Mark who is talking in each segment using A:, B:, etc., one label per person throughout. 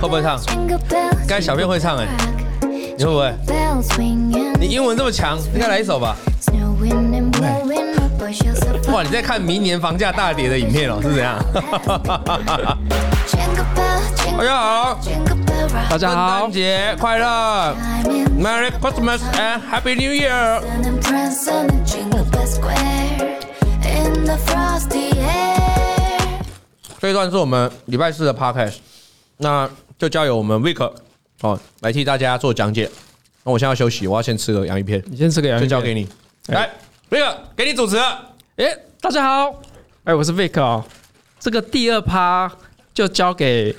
A: 会不会唱？该小编会唱哎、你会不会？你英文这么强，应该来一首吧？哇，你在看明年房价大跌的影片哦，是怎样？ 大家好，
B: 大家
A: 圣
B: 好
A: 诞，节快乐，Merry Christmas and Happy New Year！这一段是我们礼拜四的 podcast，那就交由我们 Vic 哦来替大家做讲解。那我现在要休息，我要先吃个洋芋片，
B: 你先吃个洋
A: 就
B: 芋片
A: 交给。你。来，Vic，给你主持了。
B: 哎，大家好，哎，我是 Vic 哦。这个第二趴就交给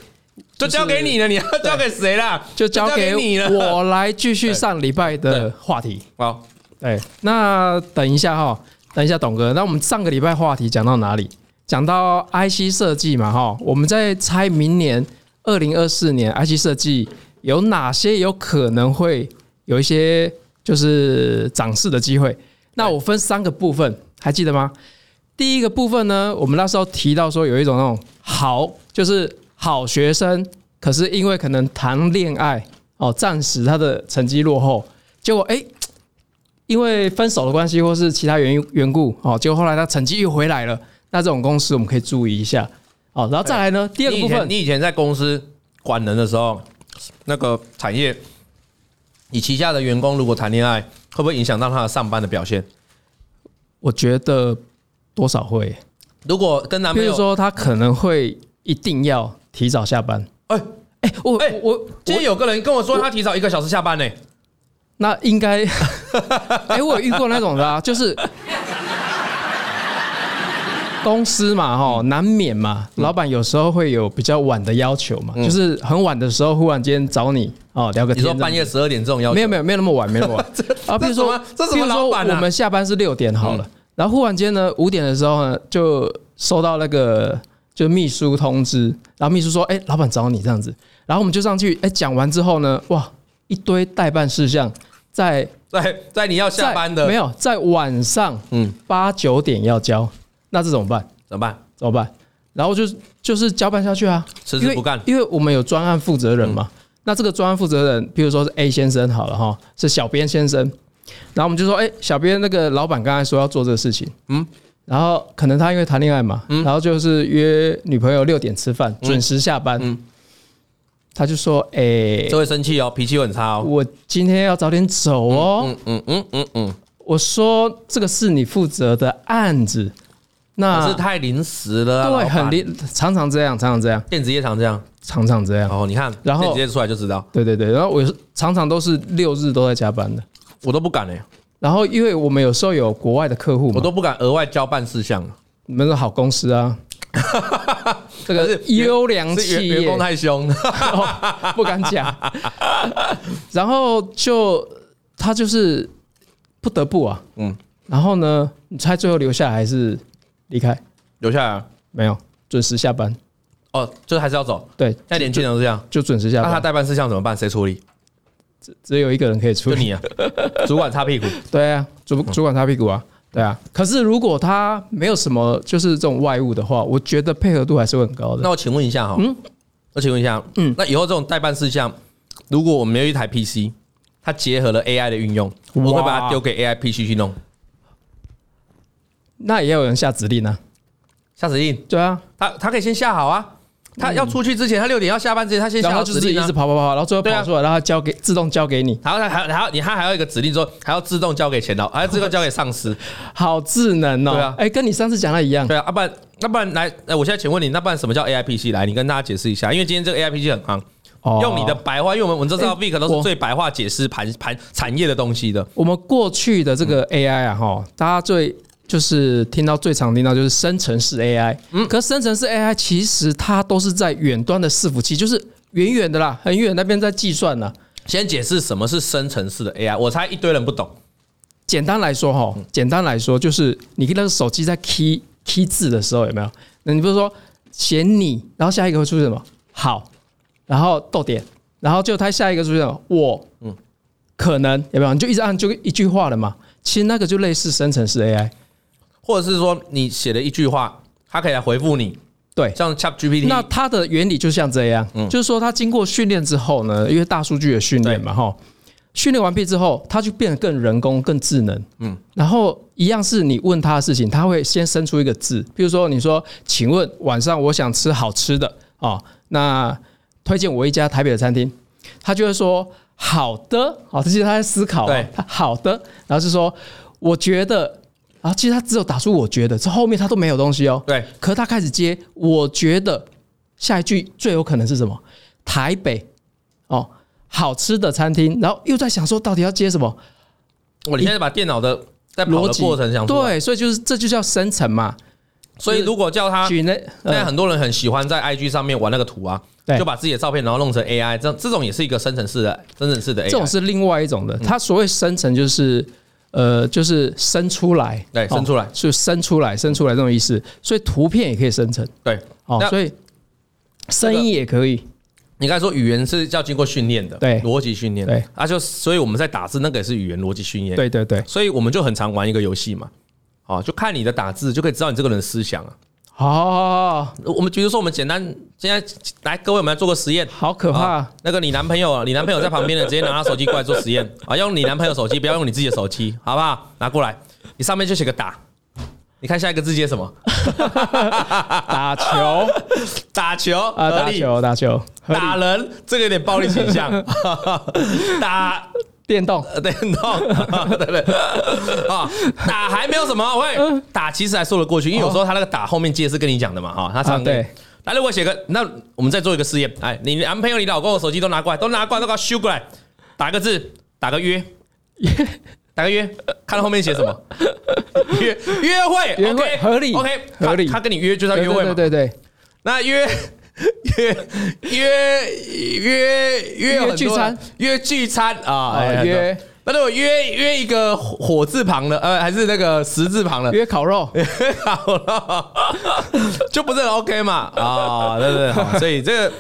A: 就交给你了，你要交给谁啦？
B: 就交给
A: 你了。
B: 我来继续上礼拜的话题。
A: 好，
B: 哎，那等一下哈，等一下董哥，那我们上个礼拜话题讲到哪里？讲到 IC 设计嘛哈，我们在猜明年二零二四年 IC 设计有哪些有可能会有一些就是涨势的机会。那我分三个部分，还记得吗？第一个部分呢，我们那时候提到说有一种那种好，就是好学生，可是因为可能谈恋爱哦，暂时他的成绩落后，结果哎、因为分手的关系或是其他原因缘故哦，结果后来他成绩又回来了，那这种公司我们可以注意一下哦。然后再来呢，第二个
A: 你以
B: 部
A: 前
B: 分
A: 你以前在公司管人的时候，那个产业，你旗下的员工如果谈恋爱，会不会影响到他的上班的表现？
B: 我觉得多少会，
A: 如果跟男
B: 比
A: 朋
B: 如
A: 友，
B: 说他可能会一定要提早下班。
A: 哎，
B: 哎、我、
A: 哎
B: 我
A: 今天有个人跟我说他提早一个小时下班呢，
B: 那应该， 哎、我有遇过那种的、啊，就是公司嘛，哈，难免嘛，老板有时候会有比较晚的要求嘛，就是很晚的时候忽然间找嗯你哦聊个
A: 你
B: 天这
A: 说
B: 样子，
A: 半夜十二点这种要求，
B: 没有没有没有那么晚，没 那么晚啊，比如说
A: 这什么这什么
B: 比如说
A: 老板啊
B: 我们下班是六点好了，然后忽然间呢五点的时候呢就收到那个就秘书通知，然后秘书说哎、老板找你这样子，然后我们就上去哎、讲完之后呢哇一堆代办事项在
A: 在在你要下班的
B: 在没有在晚上
A: 嗯
B: 嗯八九点要交，那这怎么办？
A: 怎么办？
B: 怎么办？然后就就是交办下去啊，
A: 辞职不干嗯
B: 因为因为我们有专案负责人嘛。那这个专案负责人，比如说是 A 先生好了哈，是小编先生，然后我们就说，哎、小编那个老板刚才说要做这个事情，嗯，然后可能他因为谈恋爱嘛，然后就是约女朋友六点吃饭，准时下班，
A: 嗯嗯
B: 他就说，哎、
A: 这会生气哦，脾气很差哦。
B: 我今天要早点走哦，
A: 嗯嗯嗯嗯嗯，
B: 我说这个是你负责的案子，
A: 可
B: 那
A: 是太临时了啊，
B: 对
A: 老板
B: 很临，常常这样，常常这样，
A: 电子业常这样。
B: 常常这样。
A: 哦，你看，
B: 然后
A: 电子业出来就知道，
B: 对对对，然后我有时常常都是六日都在加班的。
A: 我都不敢哎，
B: 然后因为我们有时候有国外的客户嘛，
A: 我都不敢额外交办事项。
B: 你们是好公 司啊，
A: 可
B: 这个
A: 是员
B: 优良
A: 是员
B: 企
A: 员
B: 业
A: 工太凶，
B: 哦不敢讲。然后就他就是不得不啊，
A: 嗯
B: 嗯。然后呢，你猜最后留下来还是离开？
A: 留下来啊
B: 没有，准时下班。
A: 哦，就是还是要走。
B: 对，
A: 现在年轻人都这样，
B: 就准时下
A: 那他
B: 班，
A: 代办事项怎么办？谁处理？
B: 只有一个人可以出
A: 就。你啊， 主管擦屁股。
B: 对啊，主主管擦屁股啊，对啊。可是如果他没有什么就是这种外务的话，我觉得配合度还是会很高的。
A: 那我请问一下哈，我请问一下，嗯，那以后这种代办事项，如果我们有一台 PC，它结合了 AI 的运用，我会把它
B: 哇
A: 丢给 AI PC 去弄。
B: 那也有人下指令啊，
A: 下指令，
B: 对啊，
A: 他他可以先下好啊。他要出去之前，他六点要下班之前，他先
B: 然
A: 下
B: 后
A: 好
B: 他就
A: 指
B: 自己
A: 令
B: 一
A: 啊
B: 直。跑跑跑，然后最后
A: 对啊
B: 跑出来，然后他交给自动交给你，
A: 然后他还然后你他还要一个指令说，还要自动交给前老，还要自动交给上 司。
B: 好智能哦。
A: 对啊
B: 哎，跟你上次讲的一样，
A: 对啊，啊不然那不然来，呃我现在请问你，那不然什么叫 AI PC？来，你跟大家解释一下，因为今天这个 AI PC 很夯。
B: 哦
A: 用你的。白话，因为我们我们这知道
B: 哎
A: Vic 都是
B: 我
A: 最白话解释盘盘产业的东西的。
B: 我们过去的这个 AI
A: 嗯
B: 啊，哈，大家最就是听到最常听到就是生成式 AI，嗯，可是生成式 AI 其实它都是在远端的伺服器，就是远远的啦，很远那边在计算啦。
A: 先解释什么是生成式的 AI，我猜一堆人不懂。
B: 简单来说哈，简单来说就是你那个手机在 key key 字的时候有没有？那你不是说写你，然后下一个会出现什么？好，然后逗点，然后就它下一个出现什么我，嗯，可能有没有？你就一直按就一句话了嘛。其实那个就类似生成式 AI，
A: 或者是说你写了一句话，它可以来回复你，
B: 对，
A: 像 Chat GPT，
B: 那它的原理就像这样，就是说它经过训练之后呢，因为大数据的训练嘛，哈，训练完毕之后，它就变得更人工、更智能。嗯，然后一样是你问它的事情，它会先生出一个字，比如说你说：“请问晚上我想吃好吃的哦，那推荐我一家台北的餐厅。”它就会说：“好的。”哦，其实它在思考、
A: 对
B: 啊，它好的，然后是说：“我觉得。”啊，其实它只有打出我觉得，这后面它都没有东西哦。
A: 对，
B: 可他开始接，我觉得下一句最有可能是什么？台北哦，好吃的餐厅，然后又在想说到底要接什么
A: 我现在把电脑的在跑
B: 逻
A: 的
B: 辑
A: 过程想出来，
B: 对，所以就是这就叫生成嘛。
A: 所以如果叫他，现
B: 举那
A: 在
B: 呃
A: 啊很多人很喜欢在 IG 上面玩那个图啊，
B: 嗯对
A: 就把自己的照片然后弄成 AI，这这种也是一个生成式的生成式的
B: 这种
A: AI，
B: 是另外一种
A: 嗯
B: 的，它所谓生成就是呃就是生出来，
A: 对，生出来
B: 哦，是生出来生出来这种意思，所以图片也可以生成
A: 对。
B: 哦
A: 那，
B: 所以声音也可以，
A: 你刚才说语言是要经过训练的，
B: 对
A: 逻辑训练，
B: 对，
A: 啊就所以我们在打字那个也是语言逻辑训练，，
B: 对对对，
A: 所以我们就很常玩一个游戏嘛，啊，就看你的打字就可以知道你这个人的思想啊。
B: 哦，
A: 我们比如说我们简单，现在来各位我们来做个实验，
B: 好可怕
A: 啊，那个你男朋友，啊，你男朋友在旁边的，直接拿他手机过来做实验啊，用你男朋友手机，不要用你自己的手机，好不好？拿过来，你上面就写个打，你看下一个字接什么？
B: 打球
A: 打球
B: 啊，打，
A: 啊合理
B: 球打球，合理
A: 打人，这个有点暴力倾 向，打
B: 电 动。
A: 呃，对，很痛，对对啊，打还没有什么，
B: 嗯
A: 喂，打其实还说得过去，因为有时候他那个打后面接是跟你讲的嘛，哈，他
B: 啊，
A: 常
B: 对
A: 对。，来，如果写个，那我们再做一个试验，哎，你男朋友、你老公的手机都拿过来，都拿过来，都给我修过来，打个字，打个约。打个约，看后面写什 么？约约会，
B: 约会
A: OK，
B: 合理
A: ，OK，
B: 合理
A: 他他跟你约就是要约会嘛
B: 对，对对对，
A: 那约 约约约约有很多
B: 约聚餐，
A: 约聚餐啊，
B: 啊
A: 哎
B: 约。
A: 很多那如果约约一个火火字旁的，呃，还是那个十字旁的，
B: 约烤肉，
A: 好了， 就不是很 OK 嘛？啊，对对对好，所以这个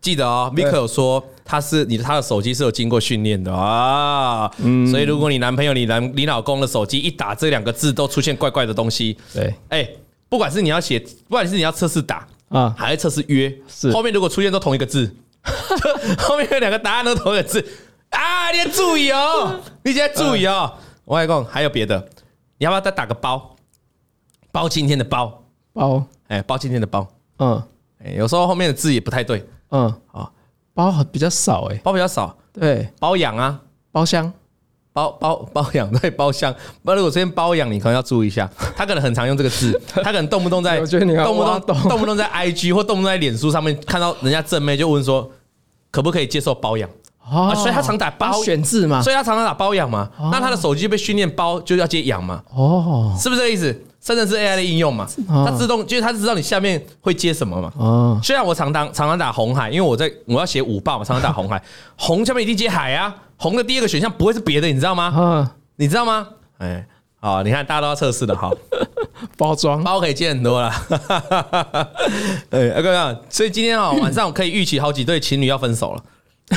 A: 记得哦，Miko 有说他是你他的手机是有经过训练的啊，所以如果你男朋友、你男你老公的手机一打这两个字都出现怪怪的东西，
B: 对
A: 哎，不管是你要写，不管是你要测试打，
B: 啊，
A: 还在测试约，
B: 是
A: 后面如果出现都同一个字， 后面有两个答案都同一个字啊，你要注意哦，你现在注意哦。我跟你讲，还有别的，你要不要再打个包？包今天的包，
B: 包，
A: 哎，包今天的包，
B: 嗯
A: 哎，有时候后面的字也不太对，
B: 嗯
A: 啊
B: 啊，包比较少哎，
A: 包比较少，欸
B: 对，
A: 包养啊，
B: 包厢
A: 包包包养 对包厢，那如果出现包养，你可能要注意一下，他可能很常用这个字，他可能动不动在，
B: 我觉得你要
A: 动不
B: 挖
A: 动
B: 洞
A: 动不动在 IG 或动不动在脸书上面看到人家正妹就问说，可不可以接受包养？
B: 哦
A: 啊所以他常打包
B: 他选字嘛，
A: 所以他常常打包养嘛，那他的手机被训练包就要接养嘛，
B: 哦
A: 是不是这个意思？甚至是 AI 的应用嘛，
B: 啊
A: 它自动就是它知道你下面会接什么嘛。
B: 哦，
A: 虽然我常当常常打红海，因为我在我要写五报嘛，常常打 红海，红下面一定接海啊，红的第二个选项不会是别的，你知道吗？
B: 啊，
A: 你知道吗？哎，好，你看大家都要测试的，好，
B: 包装
A: 包可以接很多了。 哎，各位啊，所以今天啊、晚上我可以预期好几对情侣要分手了。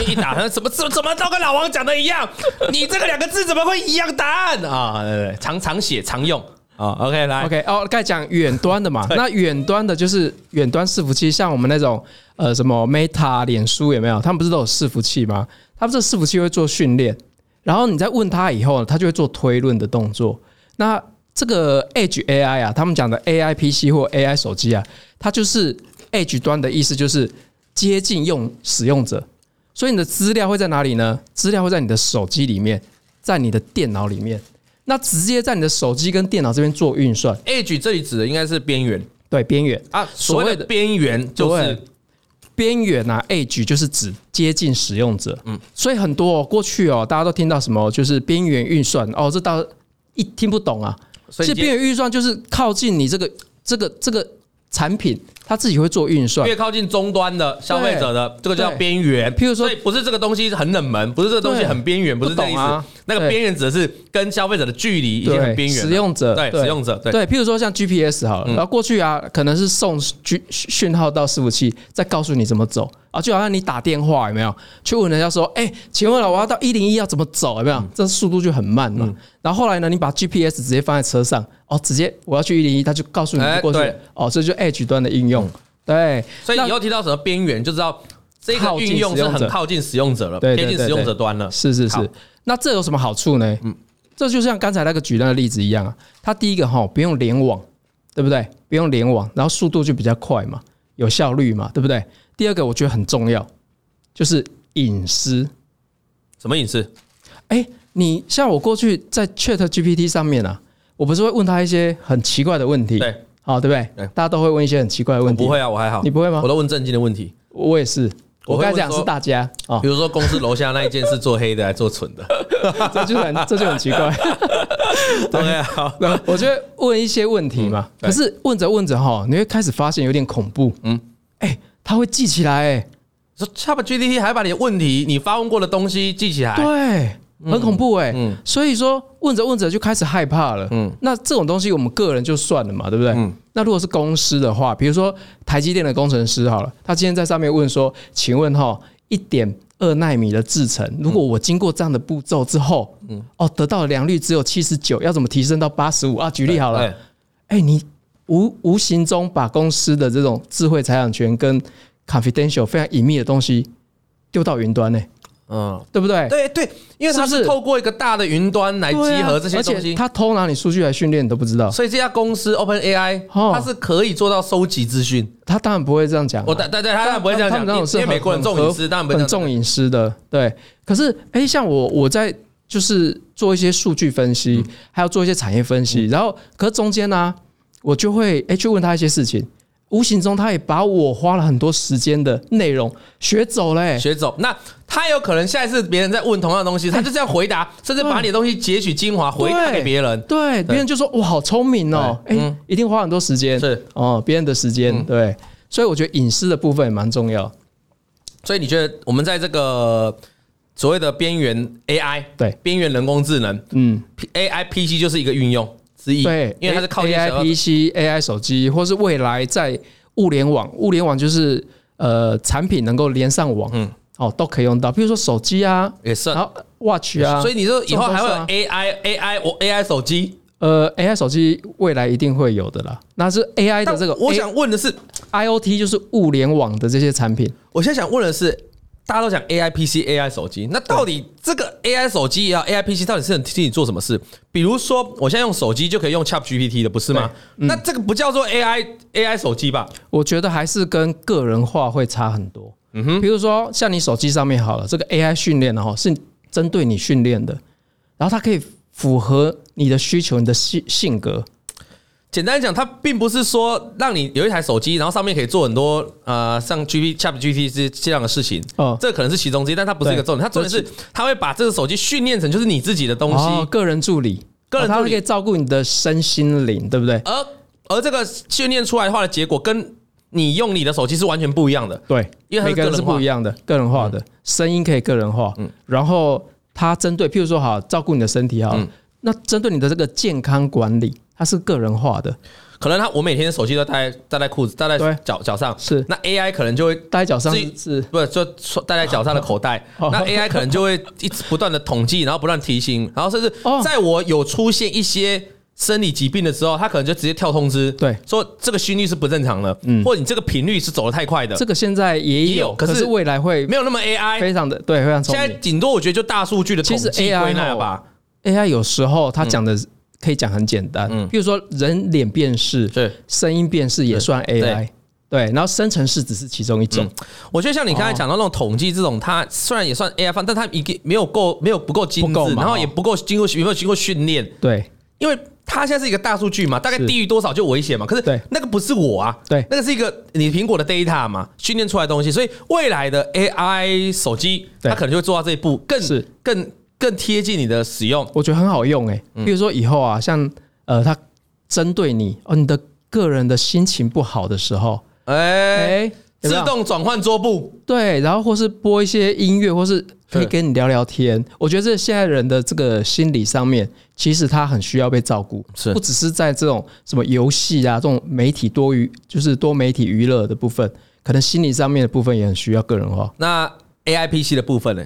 A: 一打他怎么怎么怎么都跟老王讲的一样？你这个两个字怎么会一样答案啊？对对对常常写常用啊。OK，来
B: ，OK，哦，该讲远端的嘛，
A: 对
B: 那远端的就是远端伺服器，像我们那种呃什么 Meta、脸书有没有？他们不是都有伺服器吗？他们这伺服器会做训练，然后你在问他以后，他就会做推论的动作。那这个 Edge AI 啊，他们讲的 AI PC 或 AI 手机啊，它就是 Edge 端的意思，就是接近用使用者。所以你的资料会在哪里呢？资料会在你的手机里面，在你的电脑里面。那直接在你的手机跟电脑这边做运算，
A: ，edge 这里指的应该是边缘
B: 对边缘
A: 啊，所谓的边缘就是
B: 对边缘啊，edge 就是指接近使用者。嗯，所以很多、哦、过去哦，大家都听到什么就是边缘运算哦，这到一听不懂啊。
A: 所
B: 其
A: 以你
B: 实
A: 今
B: 边
A: 天
B: 缘运算就是靠近你这个这个这个产品，它自己会做运算
A: 越。靠近终端的消费者的这个叫
B: 对
A: 边缘。
B: 譬如说
A: 所以不是这个东西很冷门，不是这个东西
B: 对
A: 很边缘，不是这个意
B: 不懂啊
A: 思。那个
B: 对
A: 边缘指的是跟消费者的距离已经很
B: 对，
A: 边缘了，
B: 使用者
A: 对使用者对
B: 呃
A: 嗯
B: 对，譬如说像 GPS 好了，然后过去啊，可能是送讯讯号到伺服器，再告诉你怎么走啊，就好像你打电话有没有？去问人家说，哎、请问了，我要到一零一要怎么走？有没有？
A: 嗯
B: 这速度就很慢嘛。然后后来呢，你把 GPS 直接放在车上，哦，直接我要去一零一，它就告诉你
A: 哎
B: 就过去了
A: 对，嗯
B: 哦，这就 Edge 端的应用。对，
A: 所以以后提到什么边缘，就知道这个运用是很靠近使用者了，
B: 对
A: 贴
B: 对对
A: 近使用者端了。
B: 是是
A: 好
B: 是。那这有什么好处呢？嗯，这就像刚才那个举那个例子一样啊，它第一个哈不用联网，对不对？不用联网，然后速度就比较快嘛，有效率嘛，对不对？第二个我觉得很重要，就是隐私。
A: 什么隐私？
B: 哎，你像我过去在 Chat GPT 上面啊，我不是会问他一些很奇怪的问题，
A: 对，
B: 好，对不对
A: 对？
B: 大家都会问一些很奇怪的
A: 我
B: 问题，
A: 不会，啊，我还好。
B: 你不会吗
A: 我都问正经的问题，
B: 我也是。
A: 我
B: 我
A: 会
B: 刚
A: 问
B: 才讲是
A: 说
B: 大家啊
A: 比，如说公司楼下那一件是做黑的，还做 蠢的。
B: 这就很这就很 奇怪。
A: 对啊，好
B: 那我就会问一些问题嘛。
A: 嗯对
B: 可是问着问着哈，你会开始发现有点恐怖。嗯，哎、他会记起来、哎，
A: 说 Chat GPT 还把你的问题、你发问过的东西记起来。
B: 对，啊很恐怖哎、
A: 哎嗯
B: 所以说问着问着就开始害怕了。
A: 嗯
B: 嗯，那这种东西我们个人就算了嘛，对不对？
A: 嗯
B: 那如果是公司的话，比如说台积电的工程师好了，他今天在上面问说：“请问哈，一点二纳米的制程，如果我经过这样的步骤之后，嗯，哦，得到的良率只有七十九，要怎么提升到八十五啊？举例好了。
A: 对，
B: 哎、你无无形中把公司的这种智慧财产权跟 confidential 非常隐秘的东西丢到云端呢、
A: 嗯，
B: 对不对？
A: 对对，因为它
B: 哎是不
A: 是
B: 是
A: 透过一个大的云端来
B: 对啊
A: 集合这些东
B: 而且
A: 西。
B: 他偷拿你数据来训练，你都不知道。
A: 所以这家公司 Open AI，
B: 哦
A: 它是可以做到收集资讯。
B: 他当然不会这样讲啊、
A: 我对对对，他当然不会这样讲，
B: 他们那种是
A: 因为
B: 很
A: 美国人重隐私，当然不会这
B: 很
A: 样讲。
B: 重隐私的。对，可是哎、像我我在就是做一些数据分析，
A: 嗯
B: 还有做一些产业分析，然后可是中间呢、我就会哎、去问他一些事情，无形中他也把我花了很多时间的内容学走了、哎
A: 学走，那他有可能下一次别人在问同样的东西，他就这样回
B: 哎
A: 答，甚至把你的东西截取精华回答给别人。
B: 对，别人就说哇，好聪明哦，哎、一定花很多时间，
A: 嗯是嗯
B: 哦，别人的时间，对，所以我觉得隐私的部分也蛮重要，
A: 所以你觉得我们在这个呃所谓的边缘 AI，
B: 对，
A: 边缘人工智能
B: 嗯，
A: P- AI PC 就是一个运用之一，
B: 对，
A: 因为它是靠近
B: AI
A: 小额
B: PC、AI 手机，或是未来在物联网，物联网就是呃产品能够连上网，
A: 嗯
B: 嗯，哦，都可以用到，比如说手机啊，
A: 也是
B: 然。后 Watch 啊，
A: 所以你说以后还会有
B: 这种
A: AI AI 我 AI 手机，
B: 呃 AI 手机未来一定会有的啦，那是 AI 的
A: 但
B: 这个，
A: 我想问的是，
B: A- IoT 就是物联网的这些产品，
A: 我现在想问的是，大家都讲 AI PC、AI 手机，那到底这个 AI 手机也啊好，AI PC 到底是能替你做什么事？比如说，我现在用手机就可以用 Chat GPT 的，不是吗？
B: 嗯
A: 那这个不叫做 AI AI 手机吧？
B: 我觉得还是跟个人化会差很多。嗯哼，比如说像你手机上面好了，这个 AI 训练的哈是针对你训练的，然后它可以符合你的需求、你的性性格。
A: 简单讲，它并不是说让你有一台手机，然后上面可以做很多呃，像 G P Chat G P T 这样的事情。
B: 哦
A: 这可能是其中之一，但它不是一个重点。它重点是，它会把这个手机训练成就是你自己的东西，
B: 哦，个人助理，
A: 个人
B: 哦
A: 助理
B: 它可以照顾你的身心灵，对不对？
A: 而而这个训练出来的话的结果，跟你用你的手机是完全不一样的。
B: 对，
A: 因为它是
B: 每个人
A: 个
B: 是
A: 人化嗯
B: 不一样的，个人化的声音可以个人化，然后它针对，譬如说好照顾你的身体好
A: 嗯
B: 了，那针对你的这个健康管理，它是个人化的，
A: 可能他我每天手机都戴戴在裤子，戴在
B: 对
A: 脚脚上，
B: 是
A: 那 AI 可能就会。
B: 大家脚上
A: 自己
B: 是
A: 不就戴在脚上的口袋，
B: 哦
A: 那 AI 可能就会一直不断的统计，然后不断地提醒，然后甚至
B: 哦
A: 在我有出现一些生理疾病的时候，它可能就直接跳通知，
B: 对嗯
A: 说这个心率是不正常的，或者你这个频率是走的太快的，
B: 这个现在也
A: 也有
B: 有，可
A: 可是
B: 是未来会
A: 没有那么 AI。
B: 非常的对，非常聪
A: 现在
B: 明。
A: 顶多我觉得就大数据的统
B: 其
A: 计
B: 实 AI
A: 归纳吧，
B: AI 有时候它讲的
A: 嗯
B: 可以讲很简单，比如说人脸辨识、
A: 对，
B: 声音辨识也算
A: 对嗯
B: AI，对，然后生成式只是其中一种，
A: 我觉得像你刚才讲到那种统计这种，它虽然也算 AI 范，但它一个没有够没有不够精
B: 不够
A: 致，
B: 嘛
A: 然后
B: 哦
A: 也不够经过有没有经过训练，
B: 对
A: 因为它现在是一个大数据嘛，大概
B: 是
A: 低于多少就危险嘛。可
B: 对
A: 是那个不是我啊，
B: 对
A: 那个是一个你苹果的 data 嘛，训练出来的东西，所以未来的 AI 手机，
B: 对
A: 它可能就会做到这一步，更
B: 是
A: 更更贴近你的使用。
B: 我觉得很好用诶、欸
A: 嗯
B: 比如说以后啊，像呃，它针对你哦，你的个人的心情不好的时候，
A: 哎，
B: 哎、有
A: 自
B: 没有
A: 动转换桌布，
B: 对，然后或是播一些音乐，或是可以跟你聊聊天。我觉得这现在人的这个心理上面，其实他很需要被照顾，
A: 是
B: 不只是在这种什么游戏啊，这种媒体多娱，就是多媒体娱乐的部分，可能心理上面的部分也很需要个人化。
A: 那 AIPC 的部分呢？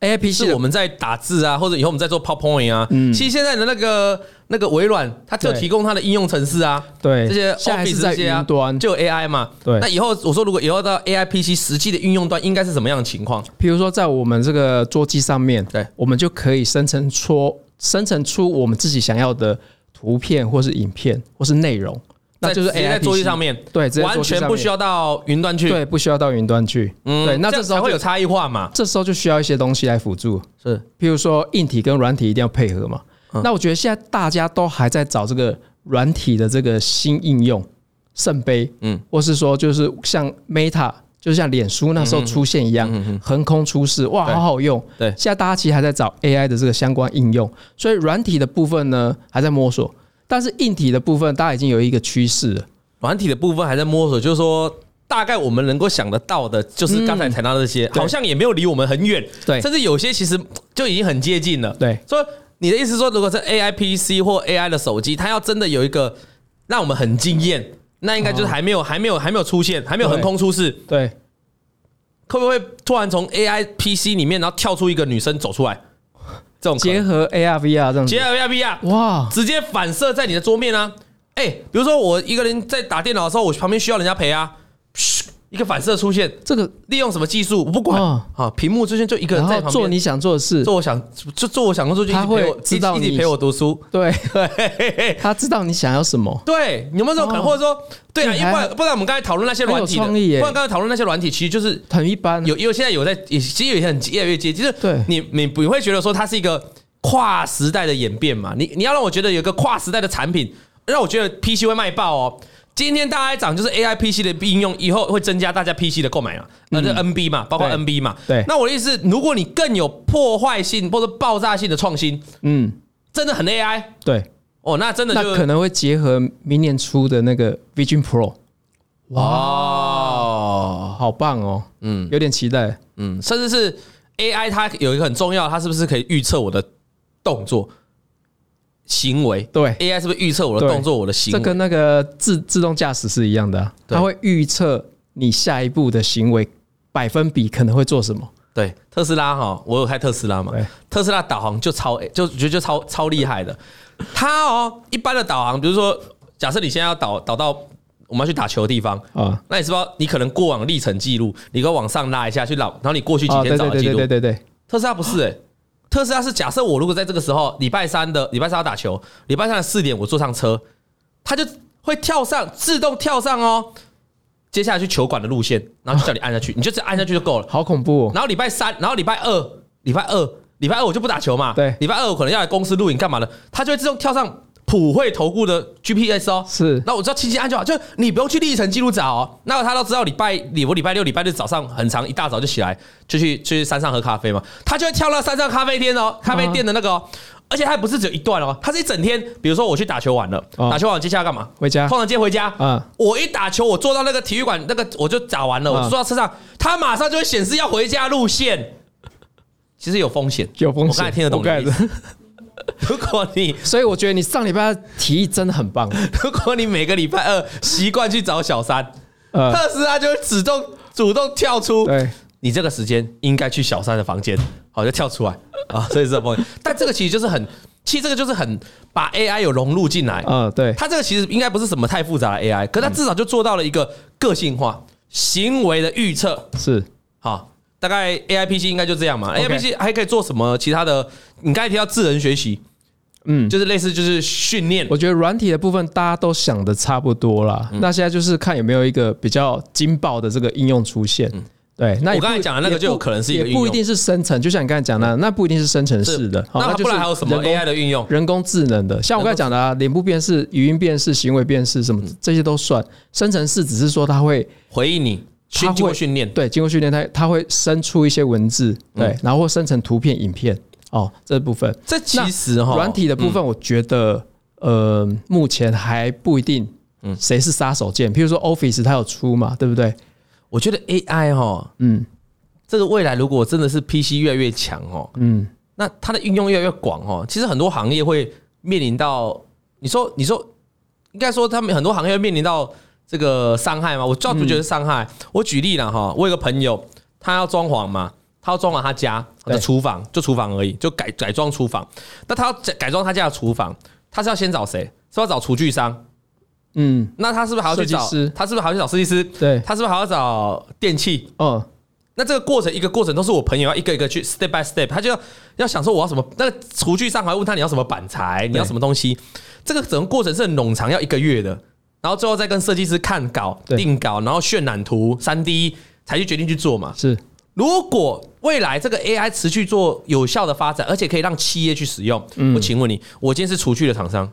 B: A I P 系
A: 是
B: 的
A: 我们在打字啊，或者以后我们在做 PowerPoint 啊。其实现在的那个那个微软，它就
B: 嗯对
A: 提供它的应用程式啊，
B: 对
A: 这些
B: 哎现在
A: Office
B: 是
A: 这
B: 在
A: 些啊
B: 云，端，
A: 就有 AI 嘛。
B: 对
A: 那以后我说，如果以后到 AI PC 实际的应用端，应该是什么样的情况？
B: 比如说在我们这个桌机上面，
A: 对，
B: 我们就可以生成出生成出我们自己想要的图片或是影片或是内容，那就是
A: 在直接
B: AI
A: 在桌机上
B: 面，
A: 面，
B: 对，直接在
A: 完
B: 桌机
A: 全
B: 上
A: 不
B: 面
A: 需要到云端去。
B: 对，不需要到云端去，
A: 嗯
B: 对，那这
A: 样
B: 时候
A: 才会
B: 就
A: 有差异化嘛。
B: 这时候就需要一些东西来辅助，
A: 是，
B: 譬如说硬体跟软体一定要配合嘛。
A: 嗯
B: 那我觉得现在大家都还在找这个软体的这个新应用，圣杯，
A: 嗯
B: 嗯，或是说就是像 Meta，就像脸书
A: 嗯
B: 那时候出现一样，横空出世，哇，
A: 对
B: 好好用。
A: 对
B: 现在大家其实还在找 AI 的这个相关应用，所以软体的部分呢还在摸索，但是硬体的部分大家已经有一个趋势了。
A: 软体的部分还在摸索，就是说。大概我们能够想得到的，就是刚才谈到的这些，好像也没有离我们很远，
B: 嗯对
A: 甚至有些其实就已经很接近了。
B: 对，
A: 所以你的意思是说，如果是 AI PC 或 AI 的手机，它要真的有一个让我们很惊艳，那应该
B: 哦
A: 就是还没有、还没有、还没有出现，还没有横空出世，
B: 对，
A: 会不会突然从 AI PC 里面，然后跳出一个女生走出来？这种可
B: 结
A: 能
B: 合 AR VR 这样子
A: 结，合 AI VR，
B: 哇，
A: 直接反射在你的桌面啊！哎、比如说我一个人在打电脑的时候，我旁边需要人家陪啊，嘘一个反射出现，
B: 这个
A: 利用什么技术我不管
B: 哦
A: 啊，屏幕出现就一个人
B: 然
A: 在
B: 后
A: 旁
B: 做
A: 边。
B: 你想做的事，
A: 做我想就做我想工作，就一直
B: 他会
A: 陪我，
B: 知道
A: 一直一直
B: 你
A: 陪我读书。
B: 对，
A: 对，
B: 他知道你想要什么。
A: 对，有没有这种可能？
B: 哦
A: 或者说，对啊，
B: 对
A: 因为不
B: 还
A: 然不然我们刚才讨论那些软体的，
B: 很有创意耶
A: 不然刚才讨论那些软体，其实就是
B: 很一般，
A: 有有现在有在，也其实也很越来越接近，就是
B: 对
A: 你你你会觉得说它是一个跨时代的演变嘛？你你要让我觉得有一个跨时代的产品，让我觉得 PC 会卖爆哦。今天大家在讲就是 AI PC 的应用，以后会增加大家 PC 的购买嘛？那就 NB 嘛，包括
B: 对
A: NB 嘛。
B: 对
A: 那我的意思，如果你更有破坏性或者爆炸性的创新，
B: 嗯，
A: 真的很 AI
B: 对，
A: 哦，那真的
B: 那
A: 就
B: 可能会结合明年出的那个 Vision Pro，
A: 哦，
B: 好棒哦，嗯，有点期待，
A: 嗯，甚至是 AI，它有一个很重要，它是不是可以预测我的动作、行为
B: 对，
A: ？AI 是不是预测我的
B: 对
A: 动作、我的哎行
B: 这跟
A: 为？
B: 那个自自动驾驶是一样的啊、
A: 对
B: 它会预测你下一步的行为百分比可能会做什么，
A: 对，特斯拉哈，我有开特斯拉嘛
B: 对，
A: 特斯拉导航就超就觉得就超超厉害的。它哦，一般的导航，比如说，假设你现在要导导到我们要去打球的地方。
B: 啊
A: 那你知不知道你可能过往历程记录，你可以往上拉一下去老，然后你过去几
B: 啊，
A: 天
B: 对
A: 找
B: 对
A: 的
B: 对
A: 记
B: 对
A: 录
B: 对，对对，
A: 特斯拉不是哎、特斯拉是假设我如果在这个时候礼拜三的礼拜三要打球，礼拜三的四点我坐上车，它就会跳上自动跳上哦，接下来去球馆的路线，然后就叫你按下去，你就只按下去就够了。
B: 好恐怖哦，
A: 然后礼拜三，然后礼拜二，礼拜二，礼拜二我就不打球嘛，
B: 对
A: 礼拜二我可能要来公司录影干嘛的，它就会自动跳上普惠投顾的 GPS 哦，
B: 是
A: 那我知道轻轻按就好，就你不用去历程记录找、哦。那他都知道礼拜礼我礼拜六、礼拜日早上很长，一大早就起来就去去山上喝咖啡嘛，他就会跳到山上咖啡店
B: 啊
A: 哦，咖啡店的那个、哦。而且他不是只有一段哦，他是一整天。比如说我去打球玩了，
B: 哦
A: 打球完接下来干嘛？
B: 回家
A: 通常接回家。
B: 啊，
A: 我一打球，我坐到那个体育馆，那个我就打完了，我
B: 嗯
A: 就坐到车上，他马上就会显示要回家路线。其实有风险，
B: 有风险，
A: 我刚才听得懂
B: 我
A: 你的
B: 刚
A: 意
B: 才
A: 思。如果你
B: 所以我觉得你上礼拜的提议真的很棒，
A: 如果你每个礼拜二习惯去找小三，
B: 呃，
A: 特斯拉就会主动主动跳出，
B: 对，
A: 你这个时间应该去小三的房间，好就跳出来啊，所以这 方面，但这个其实就是很，其实这个就是很把 AI 有融入进来，
B: 啊，对，
A: 它这个其实应该不是什么太复杂的 AI，可它
B: 嗯
A: 至少就做到了一个个性化行为的预测，
B: 是，
A: 好。大概 AIPC 应该就这样嘛
B: OK
A: AIPC 还可以做什么其他的？你刚才提到智能学习，
B: 嗯。
A: 就是类似就是训练，
B: 我觉得软体的部分大家都想的差不多啦，
A: 嗯
B: 那现在就是看有没有一个比较劲爆的这个应用出现。对，那也
A: 嗯我刚才
B: 不
A: 讲的那个
B: 也不
A: 就有可能是一个应
B: 也
A: 用嗯
B: 不一定是生成，就像你刚才讲的，那不一定是生成式的。好
A: 那不
B: 就是
A: 然还有什么
B: 人工
A: AI 的运用？
B: 人工智能的，像我刚才讲的啊，脸部辨识、语音辨识、行为辨识什么，
A: 嗯
B: 这些都算。生成式只是说它会
A: 回应你，
B: 它
A: 训经过
B: 会
A: 训练，
B: 对经过训练，它它会生出一些文字，
A: 嗯
B: 对，然后或生成图片、影片哦这部分。
A: 这其实哈，
B: 软体的部分，
A: 嗯
B: 我觉得、呃，目前还不一定，
A: 嗯
B: 谁是杀手锏？譬如说 Office 它有出嘛，对不对？
A: 我觉得 AI 哈，
B: 嗯
A: 这个未来如果真的是 PC 越来越强哦，
B: 嗯，
A: 那它的运用越来越广哦，其实很多行业会面临到，你说你说，应该说他们很多行业会面临到这个伤害吗？我倒不觉得是伤害。我举例了哈，我有个朋友，他要装潢嘛，他要装完他家的
C: 对
A: 厨房，就厨房而已，就改改装厨房。那他要改改装他家的厨房，他是要先找谁？是要找厨具商？
B: 嗯，
A: 那他是不是还要去找
B: 设计师？
A: 他是不是还要去找设计师？
B: 对，
A: 他是不是还要找电器？
B: 哦，
A: 那这个过程一个过程都是我朋友要一个一个去 step by step，他就要要想说我要什么，那个厨具上还会问他你要什么板材，你要什么东西，这个整个过程是很冗长，要一个月的，然后最后再跟设计师看稿、
B: 对
A: 定稿，然后渲染图、三 D 才去决定去做嘛。
B: 是，
A: 如果未来这个 AI 持续做有效的发展，而且可以让企业去使用，
B: 嗯
A: 我请问你，我今天是厨具的厂商，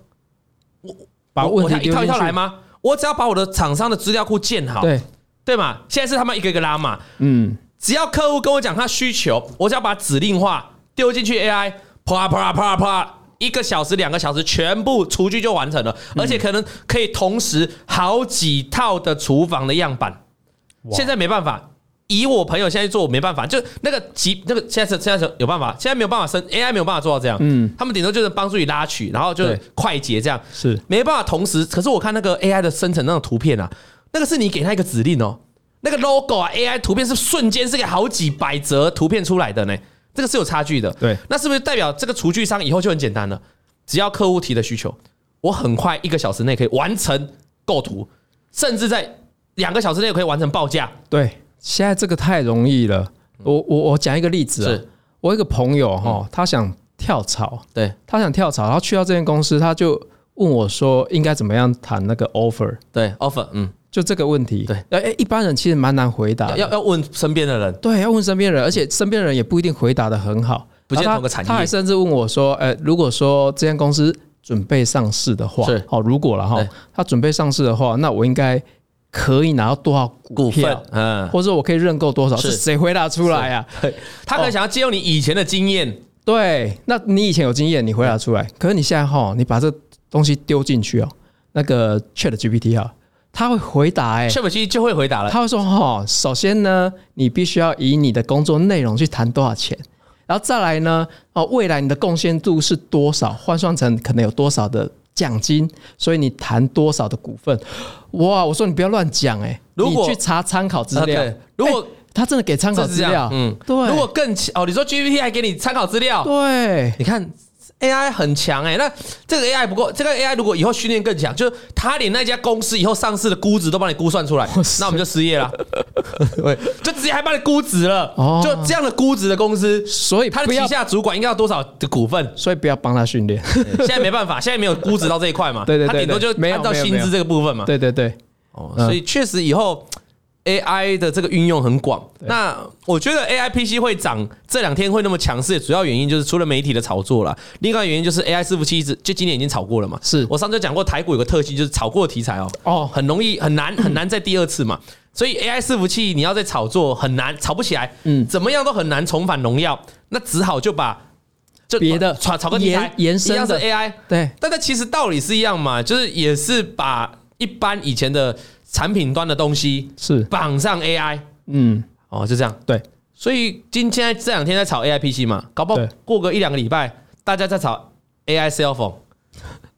B: 把
A: 我
B: 问
A: 我
B: 题
A: 要一
B: 丢
A: 套一
B: 进
A: 套
B: 去
A: 来吗？我只要把我的厂商的资料库建好，
B: 对，
A: 对嘛？现在是他们一个一个拉嘛，
B: 嗯，
A: 只要客户跟我讲他需求，我只要把指令化丢进去 AI，啪啪啪啪，一个小时、两个小时，全部厨具就完成了，
B: 嗯
A: 而且可能可以同时好几套的厨房的样板。现在没办法，以我朋友现在做，我没办法，就那个急，那个现在是现在是有办法，现在没有办法生 AI 没有办法做到这样，嗯，他们顶多就是帮助你拉取，然后就是
B: 对
A: 快捷这样，
B: 是
A: 没办法同时。可是我看那个 AI 的生成那种图片啊，那个是你给他一个指令哦，那个 logo 啊，AI 图片是瞬间是个好几百则图片出来的呢，这个是有差距的。
B: 对，
A: 那是不是代表这个厨具商以后就很简单了？只要客户提的需求，我很快一个小时内可以完成构图，甚至在两个小时内可以完成报价。
B: 对，现在这个太容易了。我我我讲一个例子、
A: 嗯
B: 啊
A: 是，嗯
B: 我有一个朋友哈、他想跳槽，
A: 对
B: 他想跳槽，然后去到这间公司，他就问我说应该怎么样谈那个 offer，
A: 对，offer，嗯，
B: 就这个问题。
A: 对
B: 哎，哎一般人其实蛮难回答
A: 要
B: 的，
A: 要要问身边的人，
B: 对，要问身边人，而且身边人也不一定回答的很好。
A: 不见
B: 然后
A: 同个产业
B: 他，他还甚至问我说：“呃，如果说这间公司准备上市的话
A: 是，
B: 哦，如果了哈
A: 对，
B: 他准备上市的话，那我应该可以拿到多少股
A: 股
B: 票
A: 份，，嗯，
B: 或者说我可以认购多少？
A: 是
B: 是谁回答出来啊？
A: 他可能想要借用你以前的经验，
B: 对，那你以前有经验，你回答出来，可是你现在哈，你把这东西丢进去哦，那个 Chat GPT 啊，他会回答哎、
A: 确本机就会回答了。
B: 他会说：“哈、首先呢，你必须要以你的工作内容去谈多少钱，然后再来呢，哦，未来你的贡献度是多少，换算成可能有多少的奖金，所以你谈多少的股份。”哇，我说你不要乱讲哎，
A: 如果
B: 你去查参考资
A: 啊
B: 料，
A: 对如果
B: 哎他真的给参考
A: 这是
B: 哦资
A: 这
B: 料
A: 样，，嗯，
B: 对，
A: 如果更强哦，你说 GPT 还给你参考资料，
B: 对
A: 你看 AI 很强哎、那这个 AI 不过，这个 AI 如果以后训练更强，就是他连那家公司以后上市的估值都帮你估算出来
B: 哇，塞
A: 那我们就失业了， 对，就直接还帮你估值了，
B: 哦
A: 就这样的估值的公司，
B: 所以
A: 他的
B: 不要
A: 旗，下主管应该要多少的股份？
B: 所以不要帮他 训练，
A: 现在没办法，现在没有估值到这一块嘛，
B: 对对对
A: 他顶多就
B: 对没有
A: 按照
B: 没有
A: 薪
B: 没有
A: 资这个部分嘛，
B: 对对对，
A: 哦，
B: 嗯
A: 所以确实以后 AI 的这个运用很广。那我觉得 AI PC 会涨这两天会那么强势，主要原因就是除了媒体的炒作啦，另外原因就是 AI 伺服器一直就今年已经炒过了嘛。
B: 是
A: 我上次讲过，台股有个特性就是炒过的题材哦，
B: 哦
A: 很容易很 难很难再第二次嘛。所以 AI 伺服器你要再炒作很难，炒不起来，嗯，怎么样都很难重返荣耀，那只好就把就
B: 别的
A: 炒炒个题材
B: 延延伸
A: 一样是
B: 的
A: AI，
B: 对
A: 但它其实道理是一样嘛，就是也是把一般以前的产品端的东西
B: 是，
A: 绑上 AI
B: 嗯，
A: 哦，就这样。
B: 对，
A: 所以今现在这两天在炒 AI PC 嘛，搞不好
B: 对
A: 过个一两个礼拜，大家在炒 AI cell phone、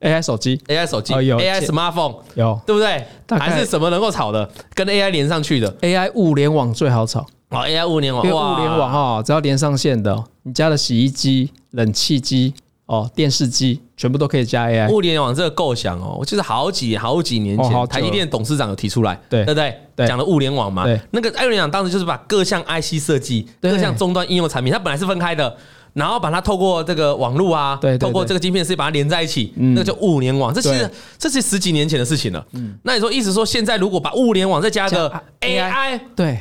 B: AI 手机
A: AI 手机、
B: 哦有
A: AI
B: 见
A: smartphone，
B: 有
A: 对不对？
B: 大概
A: 还是什么能够炒的，跟 AI 连上去的？
B: AI 物联网最好炒。
A: 哦，AI 物联网，
B: 因为物联网
A: 哇，
B: 哈、只要连上线的，你家的洗衣机、冷气机、哦电视机，全部都可以加 AI。
A: 物联网这个构想哦，我记得好几好几年
B: 哎哦
A: 前，
B: 好久
A: 台积电董事长有提出来，
B: 对
A: 对不对？
B: 对
A: 讲的物联网嘛
B: 对，
A: 那个物联网当时就是把各项 IC 设计、
B: 对
A: 各项终端应用产品，它本来是分开的。然后把它透过这个网络啊，
B: 对对对嗯
A: 透过这个晶片是把它连在一起，那个叫物联网。这其实
B: 对嗯
A: 这是十几年前的事情了。那你说意思说现在如果把物联网再加个
B: 加
A: AI，
B: 对，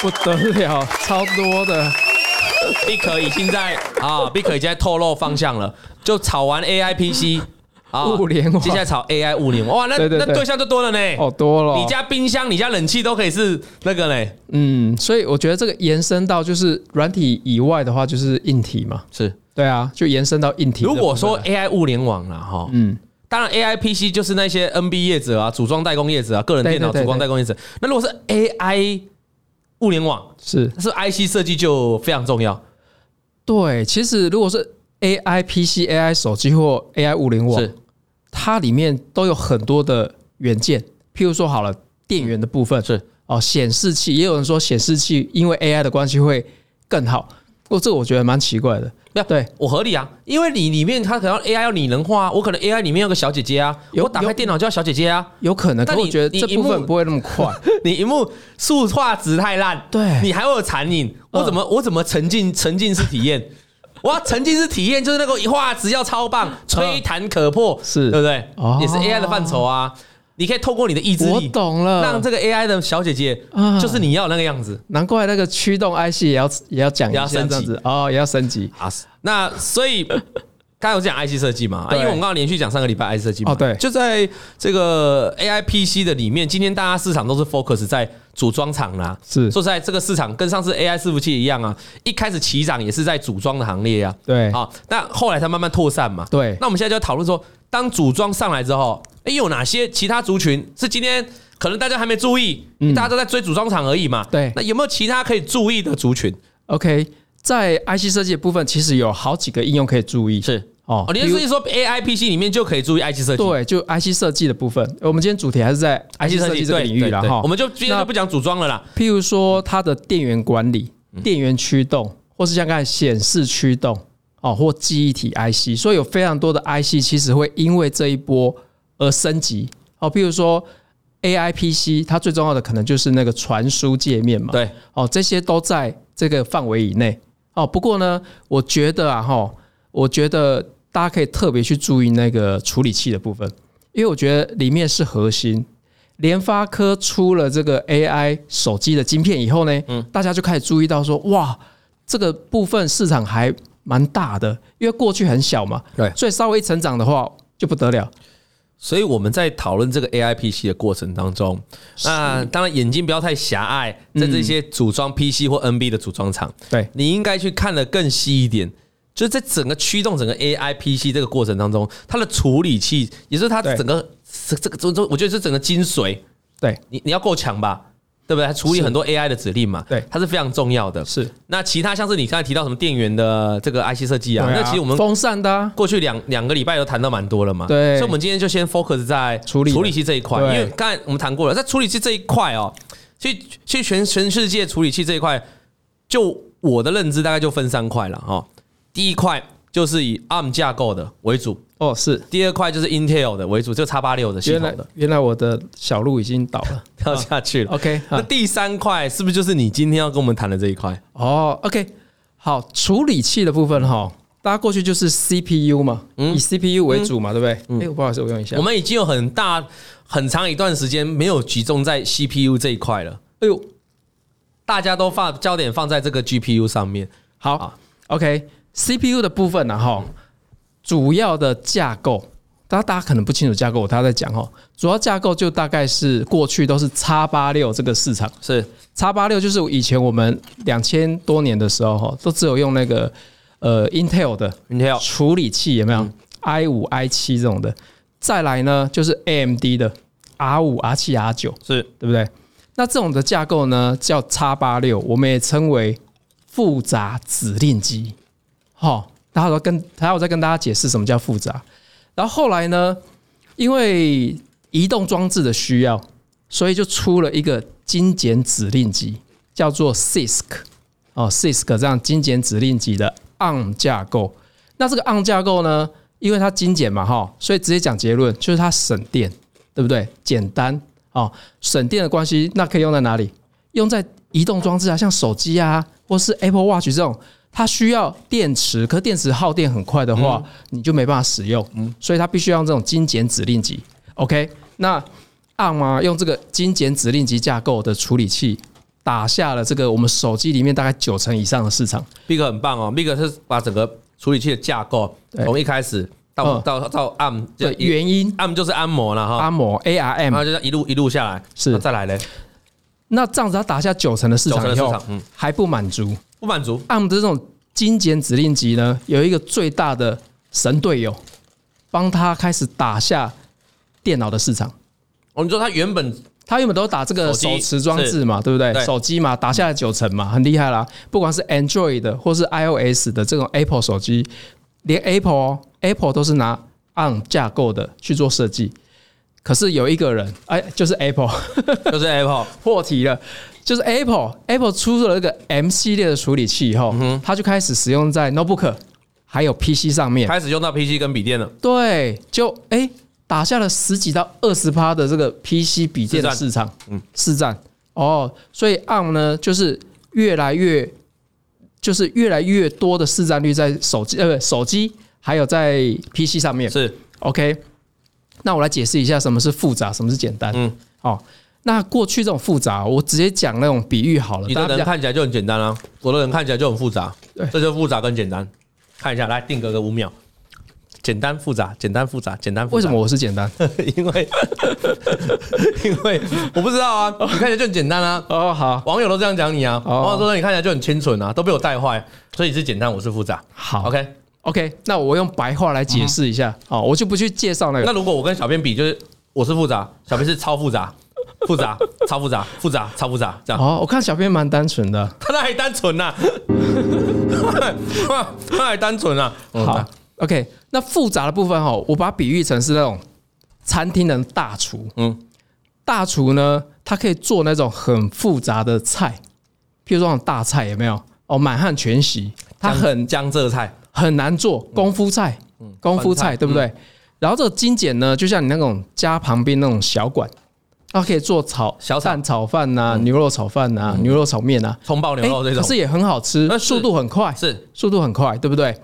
B: 不得了，超多的。
A: b i c 已经在啊 b i c 已经在透露方向 了，就炒完 AI PC 啊
B: 物联网
A: 接下来炒 AI 物联网，哇，那
B: 对对
A: 那
B: 对
A: 对象就多了呢。
B: 哦，多了。
A: 你家冰箱、你家冷气都可以是那个嘞，
B: 嗯，所以我觉得这个延伸到就是软体以外的话，就是硬体嘛。
A: 是。
B: 对啊，就延伸到硬体的部
A: 如
B: 分来。
A: 果说 AI 物联网啦，哈，
B: 嗯，
A: 当然 AI PC 就是那些 NB 业者啊、组装代工业者啊、个人电脑
B: 对对对
A: 组装代工业者。那如果是 AI 物联网，
B: 是
A: 是不是 IC 设计就非常重要。
B: 对，其实如果是 AI PC、AI 手机或 AI 物联网，
A: 是
B: 它里面都有很多的元件，譬如说好了，电源的部分
A: 是
B: 哦，显示器也有人说显示器因为 AI 的关系会更好，不过这个我觉得蛮奇怪的。
A: 那
B: 对，
A: 我合理啊，因为你里面它可能 AI 要拟人化、啊，我可能 AI 里面有个小姐姐啊，
B: 有
A: 我打开
B: 有
A: 电脑就要小姐姐啊，
B: 有可能，
A: 但
B: 但我
A: 你
B: 觉得
A: 你
B: 这
A: 荧
B: 部分
A: 幕
B: 不会那 么快。
A: 你荧幕塑画质太烂，
B: 对嗯
A: 你还会有残影，我怎么、我怎么沉浸沉浸式体 验？我要沉浸式体验就是那个画质要超棒，吹弹可破，
B: 嗯是
A: 对不对？
B: 哦
A: 也是 AI 的范畴啊，你可以透过你的意志
B: 我
A: 力，
B: 懂了，
A: 让这个 AI 的小姐姐
B: 啊
A: 就是你要那个样子。
B: 难怪那个驱动 IC 也要也要讲一
A: 也要
B: 下
A: 升
B: 这
A: 级
B: 样子哦，也要升级
A: 啊，那所以 刚才我讲 IC 设计嘛，啊
B: 对
A: 因为我们刚刚连续讲上个礼拜 IC 设计嘛，
B: 哦对
A: 就在这个 AI PC 的里面，今天大家市场都是 focus 在组装厂啦、
B: 是
A: 说实在，这个市场跟上次 AI 伺服器一样啊，一开始起涨也是在组装的行列啊，
B: 对
A: 啊，那后来它慢慢扩散嘛，
B: 对
A: 那我们现在就要讨论说，当组装上来之后，哎，有哪些其他族群是今天可能大家还没注意，大家都在追组装厂而已嘛，
B: 嗯对
A: 那有没有其他可以注意的族群？
B: OK，在 IC 设计的部分，其实有好几个应用可以注意
A: 是
B: 哦
A: 哦，你的
B: 比
A: 意
B: 如
A: 思是说 A I P C 里面就可以注意 I T 设计
B: 对，就 IC 设计的部分，我们今天主题还是在 IC 设计这个
A: 对
B: 领域
A: 对
B: 啦。
A: 对
B: 哈。
A: 我们就今天就不讲组装了啦。
B: 譬如说它的电源管理、电源驱动，或是像刚才显示驱动哦，或记忆体 IC，所以有非常多的 IC 其实会因为这一波而升级哦。譬如说 AI PC，它最重要的可能就是那个传输界面嘛，
A: 对，
B: 哦，这些都在这个范围以内哦。不过呢，我觉得啊哈，我觉得大家可以特别去注意那个处理器的部分，因为我觉得里面是核心。联发科出了这个 AI 手机的晶片以后呢，
A: 嗯
B: 大家就开始注意到说，哇，这个部分市场还蛮大的，因为过去很小嘛，
A: 对
B: 所以稍微一成长的话就不得了，
A: 所以我们在讨论这个 A I P C 的过程当中，那当然眼睛不要太狭隘，在这些组装 P C 或
B: 嗯
A: N B 的组装厂，
B: 对，
A: 你应该去看的更细一点。就是在整个驱动整个 A I P C 这个过程当中，它的处理器，也就是它
B: 对
A: 整个这这个这这，我觉得是整个精髓。
B: 对，
A: 你你要够强吧，对不对？它处理
B: 是
A: 很多 AI 的指令嘛，
B: 对
A: 它是非常重要的。
B: 是
A: 那其他像是你刚才提到什么电源的这个 IC 设计啊，那其实我们
B: 风扇的、啊，
A: 过去两两个礼拜都谈到蛮多了嘛，
B: 对
A: 所以我们今天就先 focus 在
B: 处理的
A: 处理器这一块，因
B: 对
A: 为刚才我们谈过了，在处理器这一块哦，所以所以全全世界处理器这一块，就我的认知大概就分三块了哈、哦。第一块就是以 ARM 架构的为主，
B: 哦，是
A: 第二块就是 Intel 的为主，就 X 八六的系
B: 原
A: 统
B: 来啊
A: 的
B: 原来我的小鹿已经倒了
A: 跳下去了。
B: ，OK，
A: 那
B: 好
A: 第三块是不是就是你今天要跟我们谈的这一块？
B: 哦，OK，好，处理器的部分哈，大家过去就是 CPU 嘛，以 CPU 为主嘛，对不对？哎、我不好意思，我用一下
A: 嗯我，们已经有很大很长一段时间没有集中在 CPU 这一块了。
B: 哎呦，
A: 大家都放焦点放在这个 GPU 上面，
B: 好
A: 好
B: o k c p u 的部分呢、啊哈，主要的架构，大家大家可能不清楚架构，我大家在讲哈，主要架构就大概是过去都是 x 八六这个市场
A: 是
B: x 八六就是以前我们两千多年的时候哈，都只有用那个呃 Intel 的
A: Intel
B: 处理器有没有、i 五 i 七这种的？再来呢，就是 AMD 的 R 五 R 七 R 九，
A: 是
B: 对不对？那这种的架构呢，叫 x 八六，我们也称为复杂指令机。好、哦，然后跟还有再跟大家解释什么叫复杂。然后后来呢，因为移动装置的需要，所以就出了一个精简指令集，叫做 CISC 哦，CISC 这样精简指令集的 ARM 架构。那这个 ARM 架构呢，因为它精简嘛哈，所以直接讲结论就是它省电，对不对？简单哦，省电的关系，那可以用在哪里？用在移动装置啊，像手机啊，或是 Apple Watch 这种，它需要电池，可电池耗电很快的话，
A: 嗯
B: 你就没办法使用，所以它必须要用这种精简指令集。OK，那 ARM 啊，用这个精简指令集架构的处理器，打下了这个我们手机里面大概九成以上的市场。
A: Big 很棒哦，Big 是把整个处理器的架构
B: 对
A: 从一开始到
B: 嗯
A: 到到 ARM 就
B: 对，原因
A: ARM 就是按摩了哈，
B: 阿摩 ARM
A: 然后就一路一路下来，
B: 是
A: 那再来嘞，
B: 那这样子，它打下九成的市
A: 九成的
B: 场以
A: 市
B: 后
A: 场，嗯，
B: 还不满足
A: 不满足，
B: ，ARM 的这种精简指令集呢，有一个最大的神队友，帮他开始打下电脑的市场。
A: 我们说它原本
B: 他原本都打这个
A: 手机
B: 手持装置嘛，对不对？
A: 对
B: 手机嘛，打下来九成嘛，很厉害啦。不管是 Android 的或是 iOS 的这种 Apple 手机，连 Apple 哦 Apple 都是拿 ARM 架构的去做设计。可是有一个人，哎，就是 Apple
A: 就是 Apple，
B: 破题了，就是 Apple Apple 出了一个 M 系列的处理器以后，它就开始使用在 notebook 还有 PC 上面，
A: 开始用到 PC 跟笔电了，
B: 对，就哎、打下了十几到二十趴的这个 PC 笔电的
A: 市
B: 市场，嗯，市占哦，所以 ARM 呢就是越来越就是越来越多的市占率在手机呃手机还有在 PC 上面
A: 是
B: OK，那我来解释一下什么是复杂，什么是简单。
A: 嗯
B: 嗯，哦，那过去这种复杂，我直接讲那种比喻好了。
A: 你
B: 大
A: 的
B: 家
A: 人
B: 比较
A: 看起来就很简单啊，我的人看起来就很复杂，
B: 对
A: 这就是复杂跟简单。看一下，来定格个五秒，简单复杂，简单复杂，简单复杂。
B: 为什么？我是简单？
A: 因为 因为我不知道啊，你看起来就很简单啊。
B: 哦，好，
A: 网友都这样讲你啊，
B: 哦
A: 网友说你看起来就很清纯啊，都被我带坏，所以你是简单，我是复杂。
B: 好
A: OK，
B: ，OK，那我用白话来解释一下。哦，我就不去介绍那个。
A: 嗯那如果我跟小编比，就是我是复杂，小编是超复杂，复杂超复杂，复杂超复杂，这样。
B: 哦，我看小编蛮单纯的。
A: 他那还单纯呐、啊， 他还单纯啊。
B: 好，OK，那复杂的部分哈，我把它比喻成是那种餐厅的大厨。
A: 嗯
B: 嗯，大厨呢，他可以做那种很复杂的菜，譬如说那种大菜有没有？哦，满汉全席，他
A: 江
B: 很
A: 江浙菜，
B: 很难做功夫菜，功夫
A: 嗯川菜嗯
B: 菜对不对？然后这个精简呢，就像你那种家旁边那种小馆，它可以做炒
A: 小炒
B: 蛋炒饭呐、牛肉炒饭呐、牛肉炒面呐，
A: 葱爆牛肉这
B: 诶可
A: 种呃
B: 是也很好吃
A: 哎那，是
B: 速度很快，
A: 是。
B: 速度很快，对不对？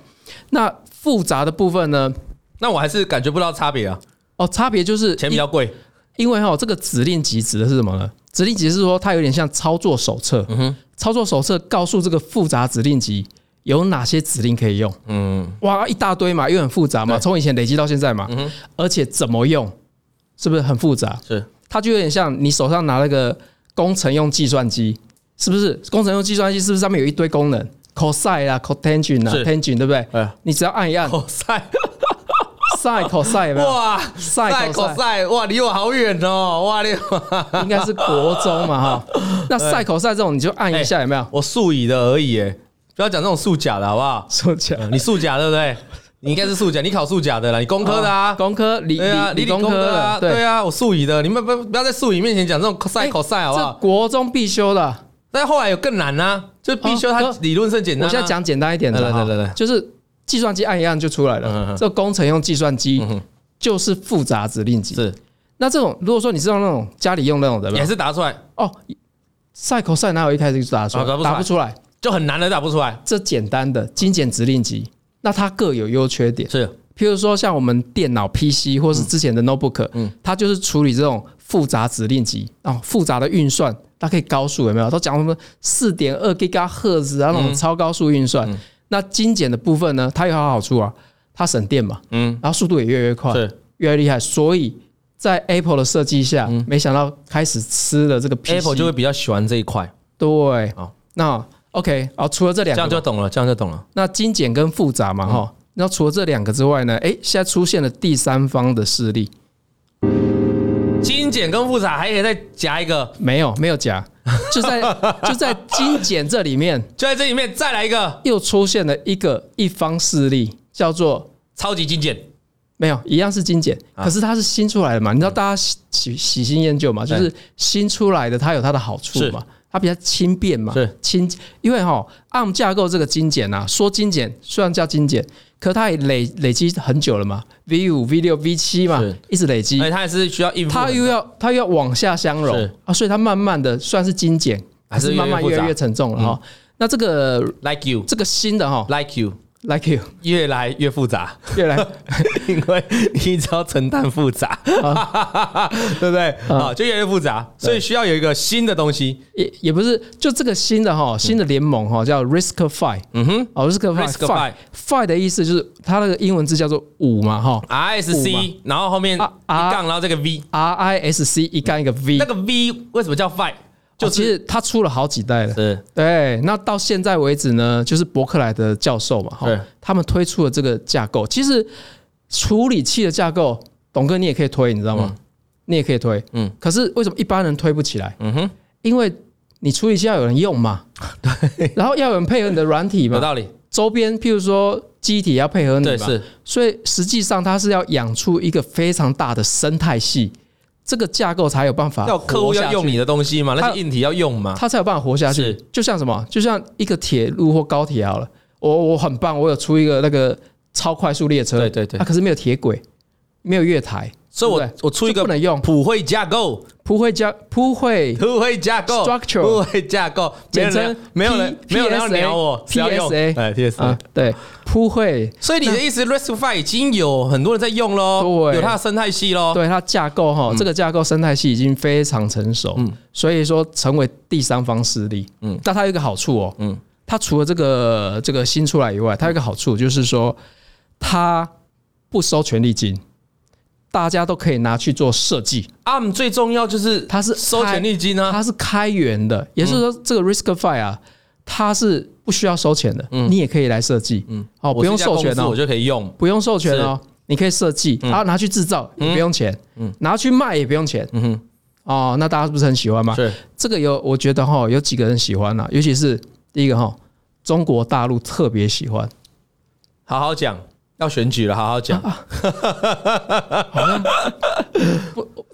B: 那复杂的部分呢？
A: 那我还是感觉不到差别啊，
B: 哦，差别就是
A: 钱比较贵，
B: 因为哈、这个指令集指的是什么呢？指令集是说它有点像操作手册，
A: 嗯
B: 操作手册告诉这个复杂指令集有哪些指令可以用，
A: 嗯，
B: 哇，一大堆嘛，又很复杂嘛，
A: 对嗯
B: 从以前累积到现在嘛，而且怎么用，是不是很复杂？
A: 是
B: 它就有点像你手上拿那个工程用计算机，是不是？工程用计算机是不是上面有一堆功能？cosine 啊，cotangent 啊
A: 是
B: ，tangent 对不对？
A: 哎，
B: 你只要按一按
A: 口塞，
B: sine cosine 有没有
A: 哇，
B: ？sine
A: 口
B: cosine
A: 塞，哇，离我好远哦，哇，你
B: 应该是国中嘛哈，那 sine cosine 这种你就按一
A: 哎
B: 下有没有？
A: 我素乙的而已，哎，不要讲这种素甲的好不好？
B: 说起来，
A: 你素甲对不对？你应该是素甲，你考素甲的啦，你工科的啊，
B: 工科理
A: 对啊，理
B: 理
A: 理
B: 工
A: 工
B: 科
A: 的啊，
B: 的，
A: 对
B: 对，
A: 啊，我素乙的，你们不不要在素乙面前讲这种口塞
B: 哎
A: 口塞好不好
B: 这？国中必修的。
A: 但后来有更难啊，就必修它
B: 哦
A: 理论是很简单、
B: 我
A: 啊。
B: 现在，讲简单一点的哈，
A: 来来来来
B: 就是计算机按一按就出来
A: 嗯嗯
B: 了
A: 嗯。
B: 这工程用计算机
A: 嗯哼
B: 就是复杂指令集。
A: 是
B: 那这种如果说你是用那种家里用那种的吧
A: 也，是答出来
B: 哦，赛口赛哪有一开始就打出
A: 哦打不
B: 来，
A: 出来
B: 打不出来，
A: 就很难的答不出来，
B: 这简单的精简指令集，那它各有优缺点。
A: 是
B: 譬如说像我们电脑 PC 或是之前的 notebook，
A: 嗯
B: 它就是处理这种复杂指令集哦，复杂的运算，它可以高速有没有？都讲什么四点二 GHz 赫兹啊那种超高速运
A: 嗯
B: 算。那精简的部分呢，它有好好处啊，它省电嘛，
A: 嗯
B: 然后速度也越来越快，
A: 是
B: 越来越厉害。所以在 Apple 的设计下，没想到开始吃了这个 PC，
A: 嗯 Apple 就会比较喜欢这一块，
B: 对
A: 好，
B: 那 OK 啊，除了这
A: 这
B: 两个
A: 样就懂了，这样就懂了。
B: 那精简跟复杂
A: 嗯
B: 嘛，哈、那除了这两个之外呢，诶，现在出现了第三方的势力，
A: 精简跟复杂还可以再夹一个，
B: 没有没有假，就在就在精简这里面
A: 就在这里面再来一个
B: 又出现了一个一方势力，叫做
A: 超级精简，
B: 没有一样是精简，
A: 啊嗯
B: 可是它是新出来的嘛，你知道大家喜喜喜新厌旧嘛，就
A: 对
B: 是新出来的它有它的好处嘛，它比较轻便嘛
A: 是，
B: 轻，因为哈、ARM 架构这个精简啊，说精简虽然叫精简，可它也累累积很久了嘛，V 五、V 六、V 七嘛
A: 是，哎
B: 一直累积
A: 而。且它还是需要应付很
B: 它
A: 多，
B: 又要它又要往下相容
A: 是
B: 啊，所以它慢慢的算是精简，
A: 还
B: 还
A: 是
B: 是
A: 越来
B: 慢
A: 越
B: 慢越来
A: 复杂
B: 越
A: 嗯
B: 沉重了哈。那这个
A: like you
B: 这个新的哈
A: like you
B: ，like you
A: 越来越复杂，
B: 越来
A: 因为你只要承担复杂， 对不对？啊，就越来越复杂，所以需要有一个新的东西。
B: 也也不是就这个新的哈新的联盟哈叫 Riskify
A: 嗯哼
B: 哦 Riskify
A: Riskify
B: Fi Fi 的意思就是它那个英文字叫做五嘛哈五
A: ，RSC，然后后面一
B: 啊啊
A: 杠，然后这个 V。
B: R I S C 一杠一个 V，
A: 那个 V 为什么叫 Five？就
B: 哦其
A: 是
B: 实它出了好几代了。
A: 是
B: 对，那到现在为止呢，就是伯克莱的教授嘛，
A: 对
B: 哈，他们推出了这个架构。其实处理器的架构，董哥你也可以推，你知道吗？你也可以推，
A: 嗯
B: 嗯。可是为什么一般人推不起来？
A: 嗯哼，
B: 因为你处理器要有人 用嘛，对，然后要有人配合你的软体
A: 有
B: 嘛，
A: 道理，
B: 周边譬如说机体也要配合你
A: 对
B: 嘛，
A: 是
B: 所以实际上它是要养出一个非常大的生态系，这个架构才有办法
A: 要客户
B: 啊活下
A: 要
B: 去
A: 用你的东西嘛，那
B: 他
A: 些硬体要用嘛。
B: 他才有办法活下去
A: 啊是。
B: 就像什么，就像一个铁路或高铁好了，我我很棒，我有出一个那个超快速列车，
A: 对对对
B: 啊，可是没有铁轨，没有月台，
A: 所以
B: 对
A: 我
B: 不对
A: 我出一
B: 就
A: 个
B: 不能用
A: 普惠架 构，
B: 铺会加铺会
A: 普惠架构
B: Structure
A: 普惠架构，没有
B: 简
A: 人
B: 称
A: 没有人
B: P-
A: 没有人要
B: PSA
A: 鸟我，只要用
B: PSA
A: 哎 P S
B: 啊，对，铺会
A: 所以你的意思，Restify 已经有很多人在用喽，
B: 对
A: 有它的生态系喽。
B: 对它架构哈，
A: 嗯
B: 这个架构生态系已经非常成熟，所以说成为第三方势力，嗯，那它有一个好处哦，
A: 嗯
B: 嗯，它除了这个这个新出来以外，它有一个好处就是说，它不收权利金，大家都可以拿去做设计，
A: ARM 啊最重要就是
B: 它是
A: 收
B: 开
A: 权嗯利金啊，
B: 它是开源的，也就是说这个 RiskFi 啊，它是不需要收钱的，你也可以来设计，嗯，哦，
A: 我
B: 不用
A: 是一家
B: 授权
A: 公司
B: 哦
A: 我，就可以用。
B: 不用授权哦，你可以设计，
A: 嗯
B: 然后拿去制造也不用钱，拿去卖也不用钱，
A: 嗯哼，
B: 哦，那大家是不是很喜欢吗？
A: 是
B: 这个有，我觉得哈，有几个人喜欢啦、尤其是第一个哈，中国大陆特别喜欢，
A: 好好讲，要选举了，好好
B: 啊
A: 讲。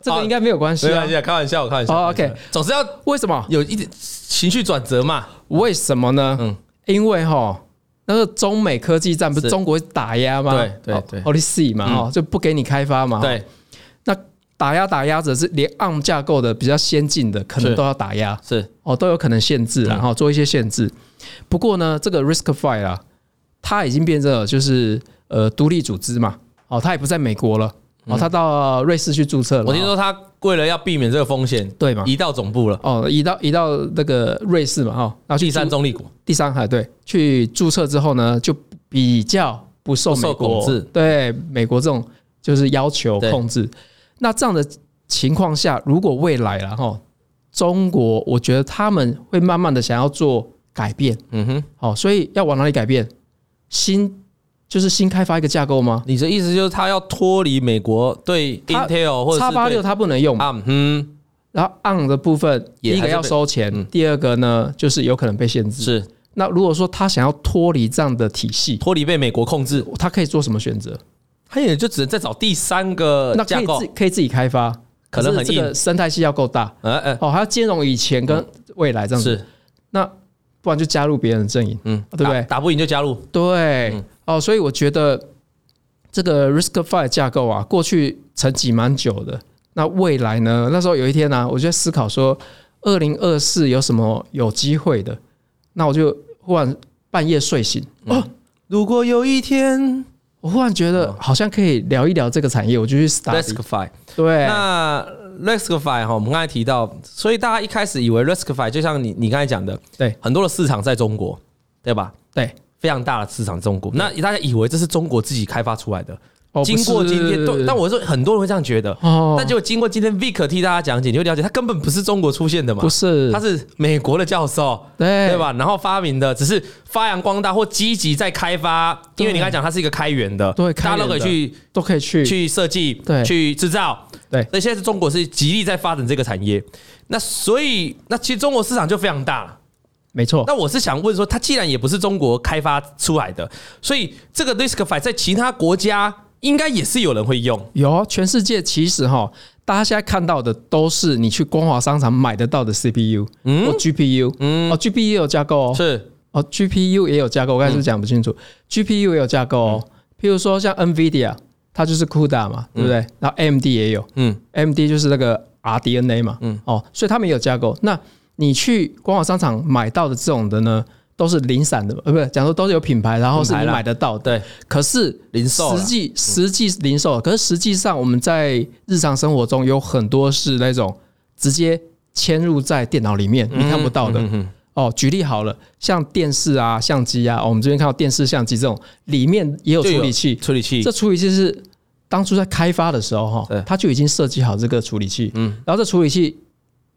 B: 这个应该没有关系
A: 没
B: 啊
A: 关。系啊，开玩笑，开玩笑。
B: 哦
A: 开玩笑
B: OK
A: 总是要
B: 为什么？
A: 有一点情绪转折嘛。
B: 为什么呢？
A: 嗯
B: 因为哈，那个中美科技战不是
A: 是
B: 中国打压吗？
A: 对对对嗯
B: ，Odyssey 嘛，哦哈、就不给你开发嘛。，
A: 对，
B: 那打压打压者是连 ARM 架构的比较先进的，可能
A: 是
B: 都要打压。
A: 是
B: 哦，都有可能限制啦，然后做一些限制。不过呢，这个 Riskify 啊，它已经变成了就是呃独立组织嘛，哦，它也不在美国了，哦，它到瑞士去注册了
A: 嗯
B: 嘛，
A: 我听说他为了要避免这个风险，
B: 对嘛，
A: 移到总部了，
B: 哦，移到移到那个瑞士嘛，哦，然后去
A: 第三
B: 注
A: 中立国。
B: 第三海对，去注册之后呢，就比较不受
A: 不受
B: 美国
A: 控制
B: 对美国这种就是要求
A: 对
B: 控制。那这样的情况下，如果未来然后中国，我觉得他们会慢慢的想要做改变，
A: 嗯哼，
B: 好，所以要往哪里改变？新就是新开发一个架构吗？
A: 你的意思就是他要脱离美国对
B: 他
A: Intel 或者
B: 叉
A: 是
B: 八六
A: 对
B: 它不能用嘛，
A: ARM，嗯，
B: 然后 on 的部分，第
A: 也
B: 一个
A: 还是
B: 要
A: 被
B: 收钱，第二个呢就是有可能被限制。
A: 是
B: 那如果说他想要脱离这样的体系，
A: 脱离被美国控制，
B: 他可以做什么选择？
A: 他也就只能再找第三个
B: 那可
A: 呃架
B: 以
A: 构
B: 自。可以自己开发，
A: 可能很
B: 是这个
A: 硬
B: 生态系要够大
A: 哎哎，
B: 哦，还要兼容以前跟未来这样
A: 嗯
B: 子，
A: 是，
B: 那不然就加入别人的阵营，
A: 嗯，
B: 对不对
A: 打打不赢就加入，嗯
B: 对哦，所以我觉得这个 RiskFi 架构啊，过去沉寂蛮久的，那未来呢？那时候有一天呢、我就在思考说，二零二四有什么有机会的？那我就忽然半夜睡醒，
A: 嗯
B: 哦，
A: 如果有一天
B: 我忽然觉得
A: 嗯
B: 好像可以聊一聊这个产业，我就去 study。
A: Riskify，
B: 对，
A: 那 Riskify 哈，我们刚才提到，所以大家一开始以为 Riskify 就像你你刚才讲的，
B: 对
A: 很多的市场在中国，对吧？
B: 对，
A: 非常大的市场，中国。那大家以为这是中国自己开发出来的，
B: 哦
A: 经过今天，对，但
B: 我
A: 我说很多人会这样觉得，
B: 哦，
A: 但结果经过今天 Vic 替大家讲解，你会了解，它根本不是中国出现的嘛
B: 不，是哎
A: 它，是美国的教授，
B: 对
A: 对？吧？然后发明的只是发扬光大或积极在开发，因为
B: 对
A: 你刚才讲它是一个开源的，
B: 对
A: 大家都可以
B: 开
A: 去
B: 都可以去
A: 去设计，
B: 对
A: 去制造，
B: 对
A: 那现在是中国是极力在发展这个产业，那所以那其实中国市场就非常大了。
B: 没错。
A: 那我是想问说，它既然也不是中国开发出来的，所以这个 Riskify 在其他国家应该也是有人会用，
B: 有，啊全世界其实哈，大家现在看到的都是你去光华商场买得到的 CPU，嗯，或 GPU，嗯，哦，GPU 也有架构哦，
A: 是
B: 哦，GPU 也有架构，我刚才是不是讲不清楚，GPU 也有架构哦，譬如说像 NVIDIA，它就是 CUDA 嘛，对不对？然后 AMD 也有
A: 嗯
B: ，AMD 就是那个 RDNA 嘛，嗯，哦，所以他们也有架构。那你去光华商场买到的这种的呢，都是零散的，呃，不是，讲说都是有品牌，然后是
A: 品牌
B: 你
A: 啦
B: 买得到的。
A: 对，
B: 可是
A: 零售啊啦嗯
B: 实际实际零售，可是实际上我们在日常生活中有很多是那种直接嵌入在电脑里面，
A: 嗯
B: 你看不到的。哦，举例好了，像电视啊、相机啊，哦我们这边看到电视、相机这种，里面也有
A: 就
B: 处理器。
A: 处理器
B: 这处理器是当初在开发的时候哈
A: 对，
B: 它就已经设计好这个处理器。嗯，然后这处理器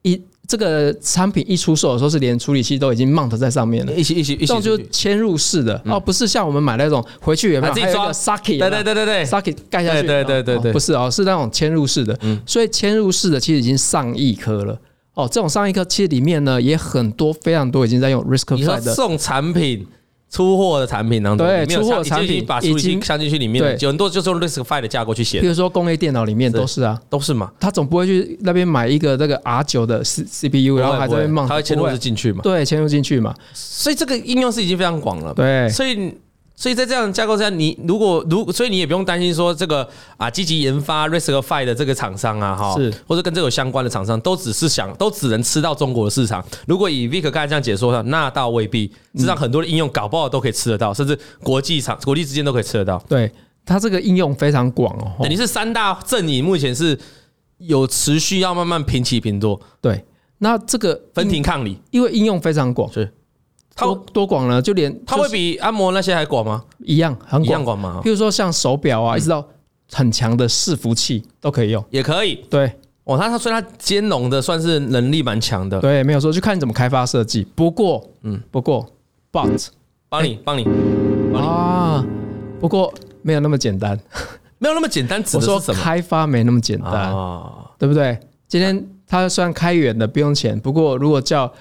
B: 一这个产品一出售的时候，是连处理器都已经 mount 在上面了。
A: 一起一起一
B: 这
A: 起
B: 种
A: 出
B: 就
A: 去，
B: 嵌入式的、哦，不是像我们买那种回去有没有
A: 啊自己
B: 还有一
A: 装
B: 个 socket，
A: 对对对对对，
B: socket 盖下去，
A: 对对对对
B: 哦
A: 对嗯
B: 不是哦，是那种嵌入式的，所以嵌入式的其实已经上亿颗了哦，这种上亿颗其实里面呢也很多非常多已经在用
A: 你说
B: RISC-V 的
A: 送产品出货的产品当中，
B: 对
A: 你没有
B: 出货
A: 像
B: 产品
A: 已经把数
B: 已
A: 据
B: 经
A: 加进去里面了，
B: 对
A: 有很多就是用 risk five 的架构去写
B: 比
A: 的，
B: 如说工业电脑里面
A: 是
B: 都是啊，
A: 都是嘛。
B: 他总不会去那边买一个那个 R 九的 C C P U，然后还在那边
A: 不会
B: 骂，
A: 它会嵌
B: 不
A: 入式进去嘛？
B: 对，嵌入进去嘛，
A: 所以这个应用是已经非常广了。
B: 对
A: 所以所以在这样的架构下，你如果如所以你也不用担心说这个啊积极研发 Risk Five 的这个厂商啊哈，
B: 是
A: 或者跟这个有相关的厂商，都只是想都只能吃到中国的市场。如果以 Vic 刚才这样解说的话，那倒未必，实际上很多的应用搞不好都可以吃得到，甚至国际厂国际之间都可以吃得到。
B: 对，它这个应用非常广哦。
A: 等于是三大阵营目前是有持续要慢慢平起平坐，
B: 对，那这个
A: 分
B: 应
A: 庭抗礼。
B: 因为应用非常广，
A: 是它
B: 多多广呢，就连
A: 它会比按摩那些还广吗？
B: 一样很
A: 一样
B: 广，
A: 广嗯吗？
B: 譬如说像手表啊，一直到很强的伺服器都可以用。
A: 也可以，
B: 对
A: 哦，他他虽然他兼容的算是能力蛮强的，
B: 对，没有错，就看你怎么开发设计。不过，嗯，不过，but
A: 帮
B: 哎
A: 你帮你，帮你
B: 啊，不过没有那么简单。
A: 没有那么简单，指
B: 我
A: 的
B: 说
A: 是什么？
B: 开哦发没那么简单，
A: 啊，
B: 对不对？今天它虽然开源的不用钱，不过如果叫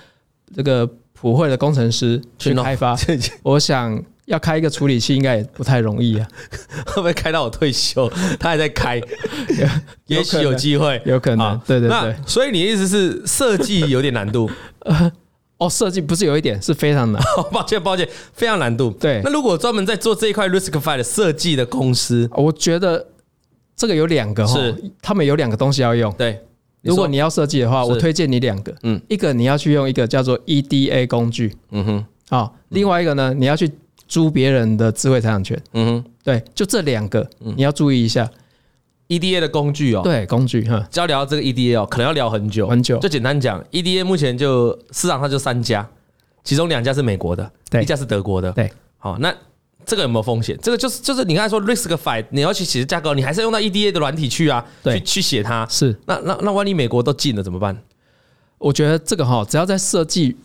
B: 这个普惠的工程师
A: 去
B: 去
A: 弄
B: 开发，
A: 这 会
B: 我想要开一个处理器应该也不太容易 啊，
A: 不会开到我退休？他还在 开，也许有机会，
B: 有可能
A: 啊。
B: 对对对
A: 那，所以你的意思是设计有点难 度？哦
B: 哦，设计不是有一点是非常难，
A: 抱歉抱歉，非常难度。
B: 对
A: 那如果专门在做这一块 risk five 的设计的公司，
B: 我觉得这个有两个哈
A: 是，
B: 他们有两个东西要用。
A: 对，
B: 如果
A: 说
B: 你要设计的话，
A: 是
B: 我推荐你两个，
A: 嗯
B: 嗯，一个你要去用一个叫做 EDA 工具
A: 嗯哼
B: 啊、另外一个呢，你要去租别人的智慧财产权。
A: 嗯哼
B: 对，就这两个你要注意一下。
A: ，EDA 的工具哦，
B: 对，工具哈，
A: 只要聊到这个 EDA 哦，可能要聊很久
B: 很久
A: 就简单讲，EDA 目前就市场上就三家，其中两家是美国的，
B: 对
A: 一家是德国的。
B: 对，
A: 好，那这个有没有风险？这个就是就是你刚才说 risk fight，你要去写架构，你还是要用到 EDA 的软体去啊，
B: 对
A: 去去写它。
B: 是，
A: 那那那万一美国都禁了怎么办？
B: 我觉得这个哈，只要在设计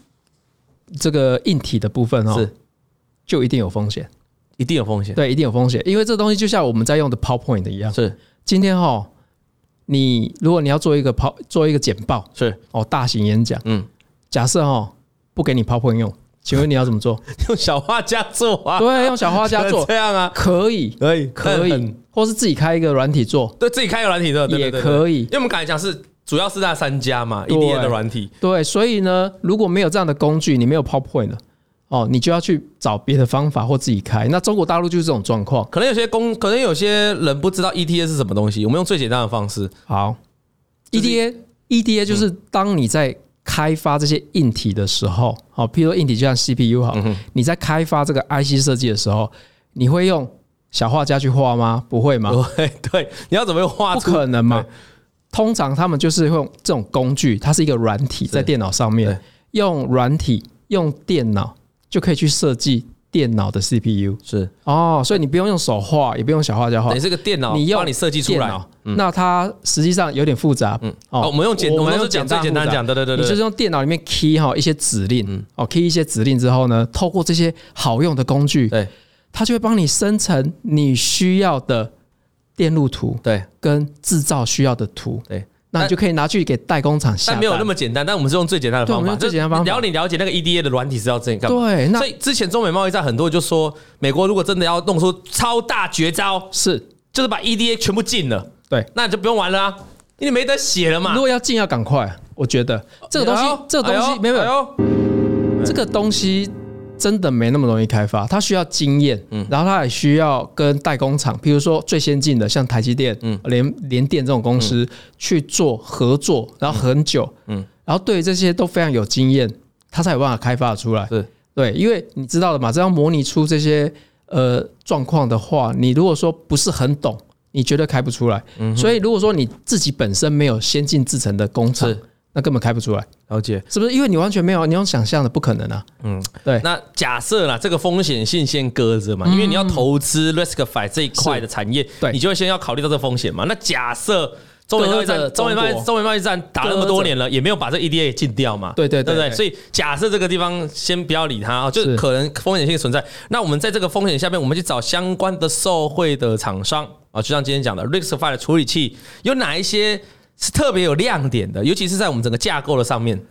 B: 这个硬体的部分哈
A: 是，
B: 就一定有风险。
A: 一定有风险。
B: 哦对，一定啊有风险，因为这东西就像我们在用的 PowerPoint 一样。
A: 是
B: 今天哈，你如果你要做一个 Power 做一个简报
A: 是，
B: 哦，大型演讲，
A: 嗯，
B: 假设哈不给你 PowerPoint 用，请问你要怎 么做？
A: 用小画家做啊，
B: 对，用小画家做
A: 这样啊，
B: 可以，
A: 可以
B: 可以，，或是自己开一个软体做
A: 对自己开个软体的
B: 也可以
A: 因。为我们刚才讲是主要是那三家嘛
B: 对
A: ，EDA 的软体
B: 对，所以呢，如果没有这样的工具，你没有 PowerPoint 的哦，你就要去找别的方法或自己开。那中国大陆就是这种状况。
A: 可能有些公，可能有些人不知道 ETA 是什么东西。我们用最简单的方式，
B: 好 E
A: 就是嗯
B: ，EDA EDA 就是当你在开发这些硬体的时候，好，譬如说硬体就像 CPU
A: 嗯
B: 好，你在开发这个 IC 设计的时候，你会用小画家去画吗？不会吗？
A: 对对，你要怎么画
B: 啊不
A: 出？
B: 可能嘛。通常他们就是会用这种工具，它是一个软体，在电脑上
A: 对
B: 面用软体用电脑就可以去设计电脑的 CPU
A: 是，
B: 哦，所以你不用用手画，也不用小画家画
A: 等于，是个电脑，
B: 你用
A: 帮你设计出
B: 电
A: 来。嗯
B: 脑，那它实际上有点复杂。嗯，
A: 哦，我们用简，我们
B: 用
A: 是讲最简单
B: 复杂
A: 讲，对对对嗯
B: 你就是
A: 对，
B: 用电脑里面 key 哈一些指令，哦 key 一些指令之后呢，透过这些好用的工具，
A: 对
B: 它就会帮你生成你需要的电路图
A: 对
B: 跟制造需要的图，
A: 对。
B: 那你就可以拿去给代工厂下
A: 但
B: 单。
A: 没有那么简单，但我们是用最简单的
B: 对
A: 方
B: 我们
A: 法，
B: 用最简单的方法
A: 就是了你了解那个 EDA 的软体是要这样干嘛。
B: 对，那
A: 所以之前中美贸易战，很多人就说，美国如果真的要弄出超大绝招，
B: 是
A: 就是把 EDA 全部禁了，
B: 对。
A: 那你就不用玩了啊，因为你没得写了嘛
B: 如。果要进要赶快，我觉得这个东
A: 哎
B: 西
A: 呦，
B: 这个东
A: 哎
B: 西
A: 呦
B: 没有没
A: 哎
B: 有，
A: 呦
B: 这个东西真的没那么容易开发，它需要经验，
A: 嗯
B: 然后它也需要跟代工厂，比如说最先进的像台积电、
A: 嗯
B: 联联电这种公司去做合作，然后很久，
A: 嗯
B: 然后对于这些都非常有经验，它才有办法开发出来。
A: 是
B: 对，因为你知道的嘛，这样模拟出这些呃状况的话，你如果说不是很懂，你绝对开不出来。
A: 嗯
B: 所以如果说你自己本身没有先进制成的工厂
A: 是，
B: 那根本开不出来，
A: 了解。
B: 是不是？因为你完全没有，你用想象的不可能啊。嗯，对，
A: 那假设啦，这个风险性先搁着嘛，因为你要投资 riskify 这一块的产业，
B: 嗯对
A: 你就会先要考虑到这个风险嘛。那假设中美贸易
B: 搁
A: 战，
B: 着
A: 中美贸
B: 中
A: 易
B: 国
A: 中美贸易战打了那么多年了，也没有把这 EDA 禁掉嘛，
B: 对对
A: 对
B: 对
A: 不对？
B: 对
A: 所以假设这个地方先不要理它，哦就是
B: 是
A: 可能风险性存在。那我们在这个风险下面，我们去找相关的受惠的厂商啊，就像今天讲的 riskify 的处理器有哪一些是特别有亮点的，尤其是在我们整个架构的上面。
B: E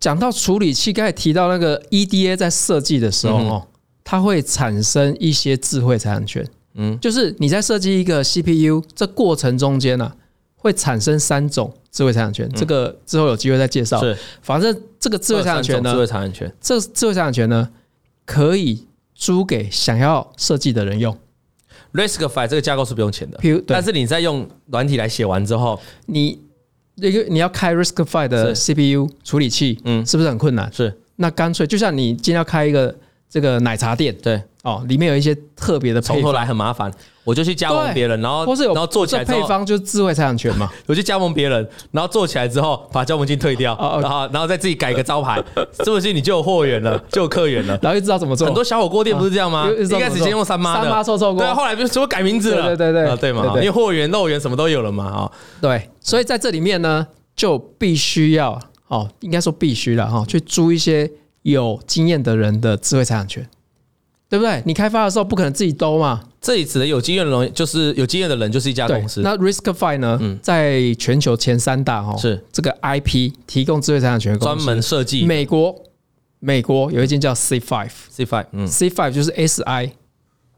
B: 讲到处理器，刚才提到那个 EDA 在设计的时候哦，它会产生一些智慧财产权。嗯，就是你在设计一个 CPU 这过程中间呢、啊，会产生三种智慧财产权，这个之后有机会再介绍。
A: 是
B: 反正这个智慧财产权
A: 智
B: 呢
A: 慧，财产权
B: 这智慧财产权呢，可以租给想要设计的人用。
A: ，RISC-V 这个架构是不用钱的，
B: 譬如，对
A: 但是你在用软体来写完之后，
B: 你那个你要开 RISC-V 的 CPU 处理器，
A: 嗯
B: 嗯，是不是很困难？
A: 是
B: 那干脆就像你今天要开一个这个奶茶店
A: 对，
B: 哦，里面有一些特别的
A: 从
B: 配
A: 头
B: 方，
A: 来很麻烦，我就去加盟
B: 对
A: 别人，然后
B: 或是有
A: 然后做起来
B: 这
A: 之
B: 配
A: 后，
B: 方就是智慧财产权 嘛？
A: 我去加盟别人，然后做起来之后把加盟金退掉，
B: 哦哦
A: 然后然后再自己改一个招牌， 是不是你就有货源了，就有客源了？
B: 然后就知道怎么做，
A: 很多小火锅店不是这样吗？
B: 啊又又
A: 一
B: 知道
A: 开始先用三妈的，
B: 三妈臭臭锅
A: 对啊，后来就说改名字了，
B: 对对对对
A: 啊，对嘛，
B: 对
A: 因
B: 对
A: 为货源、肉源什么都有了嘛，啊，
B: 对，所以在这里面呢，就必须要哦，应该说必须了哈、哦，去租一些有经验的人的智慧财产权，对不对？你开发的时候不可能自己兜嘛，
A: 这里指的有经验的人，就是有经验的人，就是一家
B: 对
A: 公。司，嗯
B: 那 RISC-V 呢，在全球前三大哈、哦，
A: 是
B: 这个 IP 提供智慧财产权的公司
A: 专门设计
B: 美国美国有一间叫 C Five。
A: C five，嗯，
B: C five 就是 S I，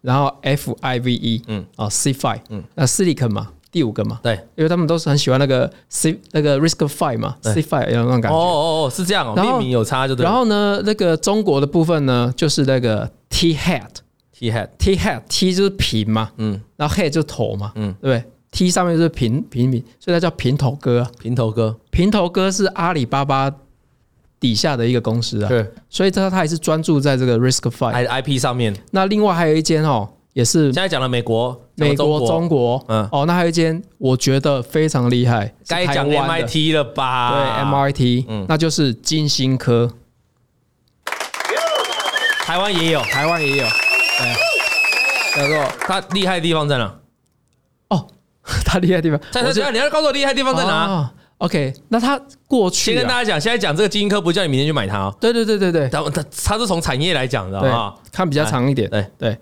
B: 然后 F I V E，
A: 嗯
B: 嗯，哦 C five，嗯，那 silicon 嘛，第五个嘛，
A: 对，
B: 因为他们都是很喜欢那个 C 那个 risk five 嘛，C five 有那种感
A: 哦
B: 觉。
A: 哦哦，是这样哦，
B: 然后
A: 命名有差就对了。
B: 然后呢，那个中国的部分呢，就是那个 T hat，T
A: T hat，
B: hat T 就是平嘛，
A: 嗯，
B: 然后 hat 就是头嘛，
A: 嗯
B: 嗯，对不对？T 上面就是平平民，所以它叫平头哥啊。
A: 平头哥，
B: 平头哥是阿里巴巴底下的一个公司啊，
A: 对哎
B: 所以它它也是专注在这个 risk five。
A: ，I I P 上面。
B: 那另外还有一间哦，也是
A: 现在讲了美国、讲了
B: 美国、
A: 中
B: 中国，
A: 嗯
B: 嗯，哦，那还有一间我觉得非常厉害，是
A: 该讲
B: 台湾的
A: MIT 了
B: 对
A: 吧？
B: MIT，那
A: 嗯
B: 就是金星科，
A: 台湾也有，
B: 台湾也有，
A: 叫做它厉害的地方在哪？
B: 哦， 他厉害的地方，
A: 在在在，你要告诉我厉害的地方在哪？
B: 哦？OK，那他过
A: 先
B: 去
A: 跟大
B: 啊，
A: 家讲，现在讲这个基因科不叫你明天去买它哦，
B: 对对对对对
A: 它它它是从产业来讲的啊
B: 对，，看比较长一点，
A: 哎
B: 对，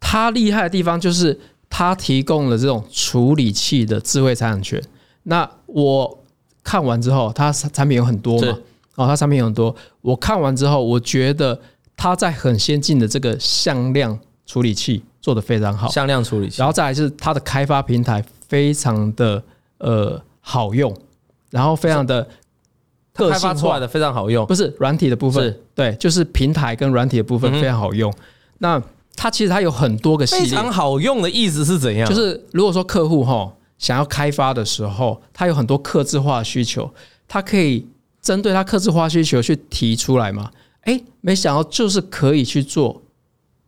B: 他厉害的地方就是他提供了这种处理器的智慧财产权。那我看完之后，它产品有很多嘛
A: 是，
B: 哦，它产品有很多。我看完之后，我觉得它在很先进的这个向量处理器做得非常好，
A: 向量处理器
B: 然后再来是它的开发平台非常的呃好用，然后非常的个
A: 开
B: 性
A: 发出
B: 化
A: 来的非常好用，
B: 不是软体的部分
A: 是，嗯
B: 对，就是平台跟软体的部分非常好用。那它其实它有很多个系
A: 非
B: 列，
A: 常好用的意思是怎样？
B: 就是如果说客户哈想要开发的时候，他有很多客制化的需求，他可以针对他客制化需求去提出来嘛。哎，没想到就是可以去做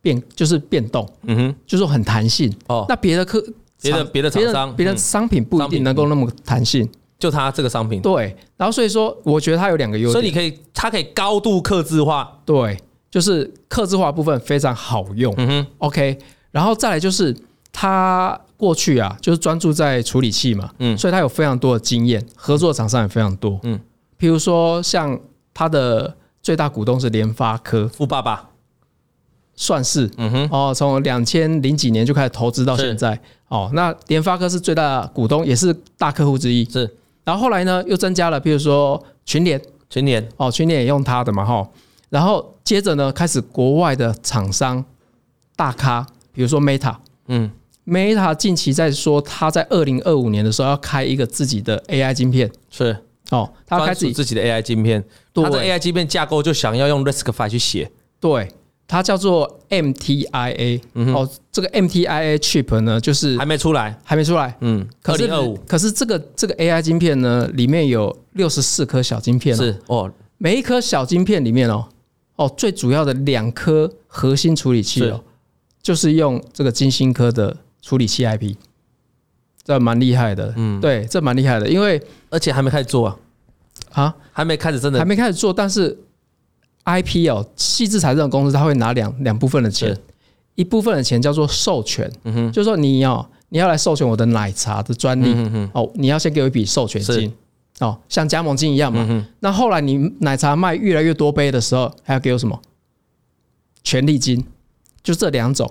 B: 变，就是变动，
A: 嗯哼，
B: 就是很弹性。
A: 哦
B: 那别的客
A: 别的别的厂商
B: 别的
A: 嗯
B: 商品不一
A: 商品
B: 定能够那么弹性。
A: 就它这个商品，
B: 对，然后所以说，我觉得它有两个优点，
A: 所以你可以它可以高度克制化，
B: 对，就是客制化部分非常好用。
A: 嗯哼，
B: OK，然后再来就是他过去啊，就是专注在处理器嘛，
A: 嗯
B: 嗯，所以他有非常多的经验，合作厂商也非常多，
A: 嗯
B: 嗯，譬如说像他的最大股东是联发科，
A: 富爸爸，
B: 算是
A: 嗯哼，
B: 哦，从两千零几年就开始投资到现在，哦，那联发科是最大股东，也是大客户之一，
A: 是
B: 然后后来呢又增加了，譬如说群联，
A: 全年
B: 哦，群联也用它的嘛哈。然后接着呢，开始国外的厂商大咖，比如说 Meta，
A: 嗯
B: 嗯，Meta 近期在说，它在二零二五年的时候要开一个自己的 AI 晶片
A: 是
B: 哦，它要
A: 专
B: 开
A: 注
B: 自己
A: 自己的 AI 晶片，它的
B: 对
A: AI 晶片架构就想要用 RISC-V 去写，
B: 对，它叫做 MTIA、哦，这个 MTIA chip 呢，就是
A: 嗯还没出来，
B: 还没出来，
A: 嗯，
B: 可
A: 二
B: 是
A: 零二五
B: 可是这个这个 AI 晶片呢，里面有六十四颗小晶片、哦，
A: 是哦，
B: 每一颗小晶片里面哦，哦，最主要的两颗核心处理器
A: 是
B: 哦，就是用这个金星科的处理器 IP，这蛮厉害的。嗯，对，这蛮厉害的，因为
A: 而且还没开始做啊，
B: 啊
A: 还没开始真的
B: 还没开始做，但是 IP 哦，细致财政公司它会拿两两部分的钱
A: 是，
B: 一部分的钱叫做授权，
A: 嗯
B: 就是说你要、你要来授权我的奶茶的专
A: 嗯
B: 利，哦，你要先给我一笔授权金
A: 是。嗯
B: 哦，像加盟金一样嘛。那后来你奶茶卖越来越多杯的时候，还要给我什么？权利金，就这两种。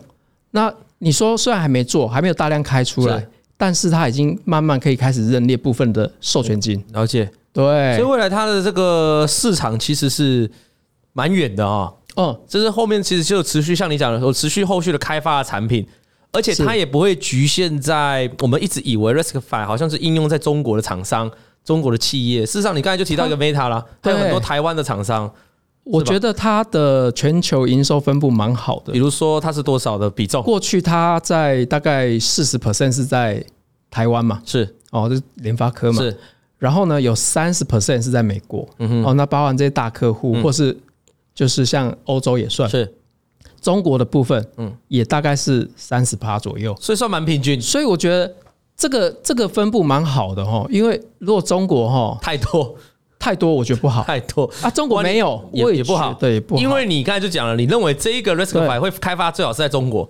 B: 那你说虽然还没做，还没有大量开出来
A: 是，
B: 但是它已经慢慢可以开始认列部分的授权金。
A: 了解，
B: 对，
A: 所以未来它的这个市场其实是蛮远的啊、
B: 哦，
A: 这是后面其实就持续像你讲的，有持续后续的开发的产品，而且它
B: 是
A: 也不会局限在我们一直以为 Riskify 好像是应用在中国的厂商、中国的企业。事实上，你刚才就提到一个 Meta 啦，还有
B: 对
A: 很多台湾的厂商，
B: 我觉得它的全球营收分布蛮好的
A: 比。如说它是多少的比重？
B: 过去它在大概四十 percent 是在台湾嘛，
A: 是
B: 哦，就是联发科嘛。
A: 是，嗯
B: 然后呢，有三十 percent 是在美国，哦，那包含这些大客户，或是就是像欧洲也算，
A: 是，
B: 中国的部分，
A: 嗯
B: 嗯，也大概是三十趴左右。
A: 所以算蛮平均，
B: 所以我觉得这个这个分布蛮好的哈，因为如果中国哈
A: 太多
B: 太多，我觉得不好
A: 太多。
B: 啊。中国没有，
A: 也
B: 我
A: 也不好
B: 对，也不好，
A: 因为你刚才就讲了，你认为这一个 Riskify 会开发最好是在中国，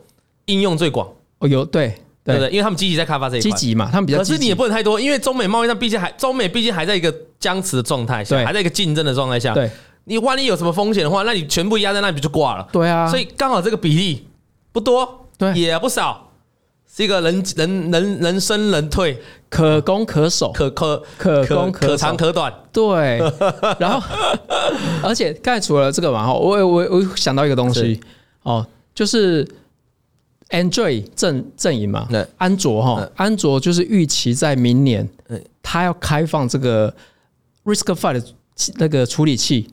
A: 应用最广，
B: 哦有对
A: 对不
B: 对
A: 对？因为他们积极在开发这一
B: 积
A: 块。
B: 极嘛，他们比较
A: 可
B: 积
A: 是你也
B: 极，
A: 不能太多，因为中美贸易战毕竟还中美毕竟还在一个僵持的状态下，
B: 对
A: 还在一个竞争的状态下。
B: 对
A: 你万一有什么风险的话，那你全部压在那里不就挂了？
B: 对啊，
A: 所以刚好这个比例不多，
B: 对
A: 也不少，是一个人人人人生人退，
B: 可攻可守，
A: 可可
B: 可
A: 可
B: 攻
A: 可
B: 可
A: 长
B: 守，
A: 可短。
B: 对。然后， 而且刚才除了这个嘛，哈，我我我想到一个东西哦，就是 Android 阵阵营嘛
A: 对，
B: 安卓哈
A: 嗯，
B: 安卓就是预期在明年
A: 嗯，
B: 它要开放这个 RISC-V 的那个处理器，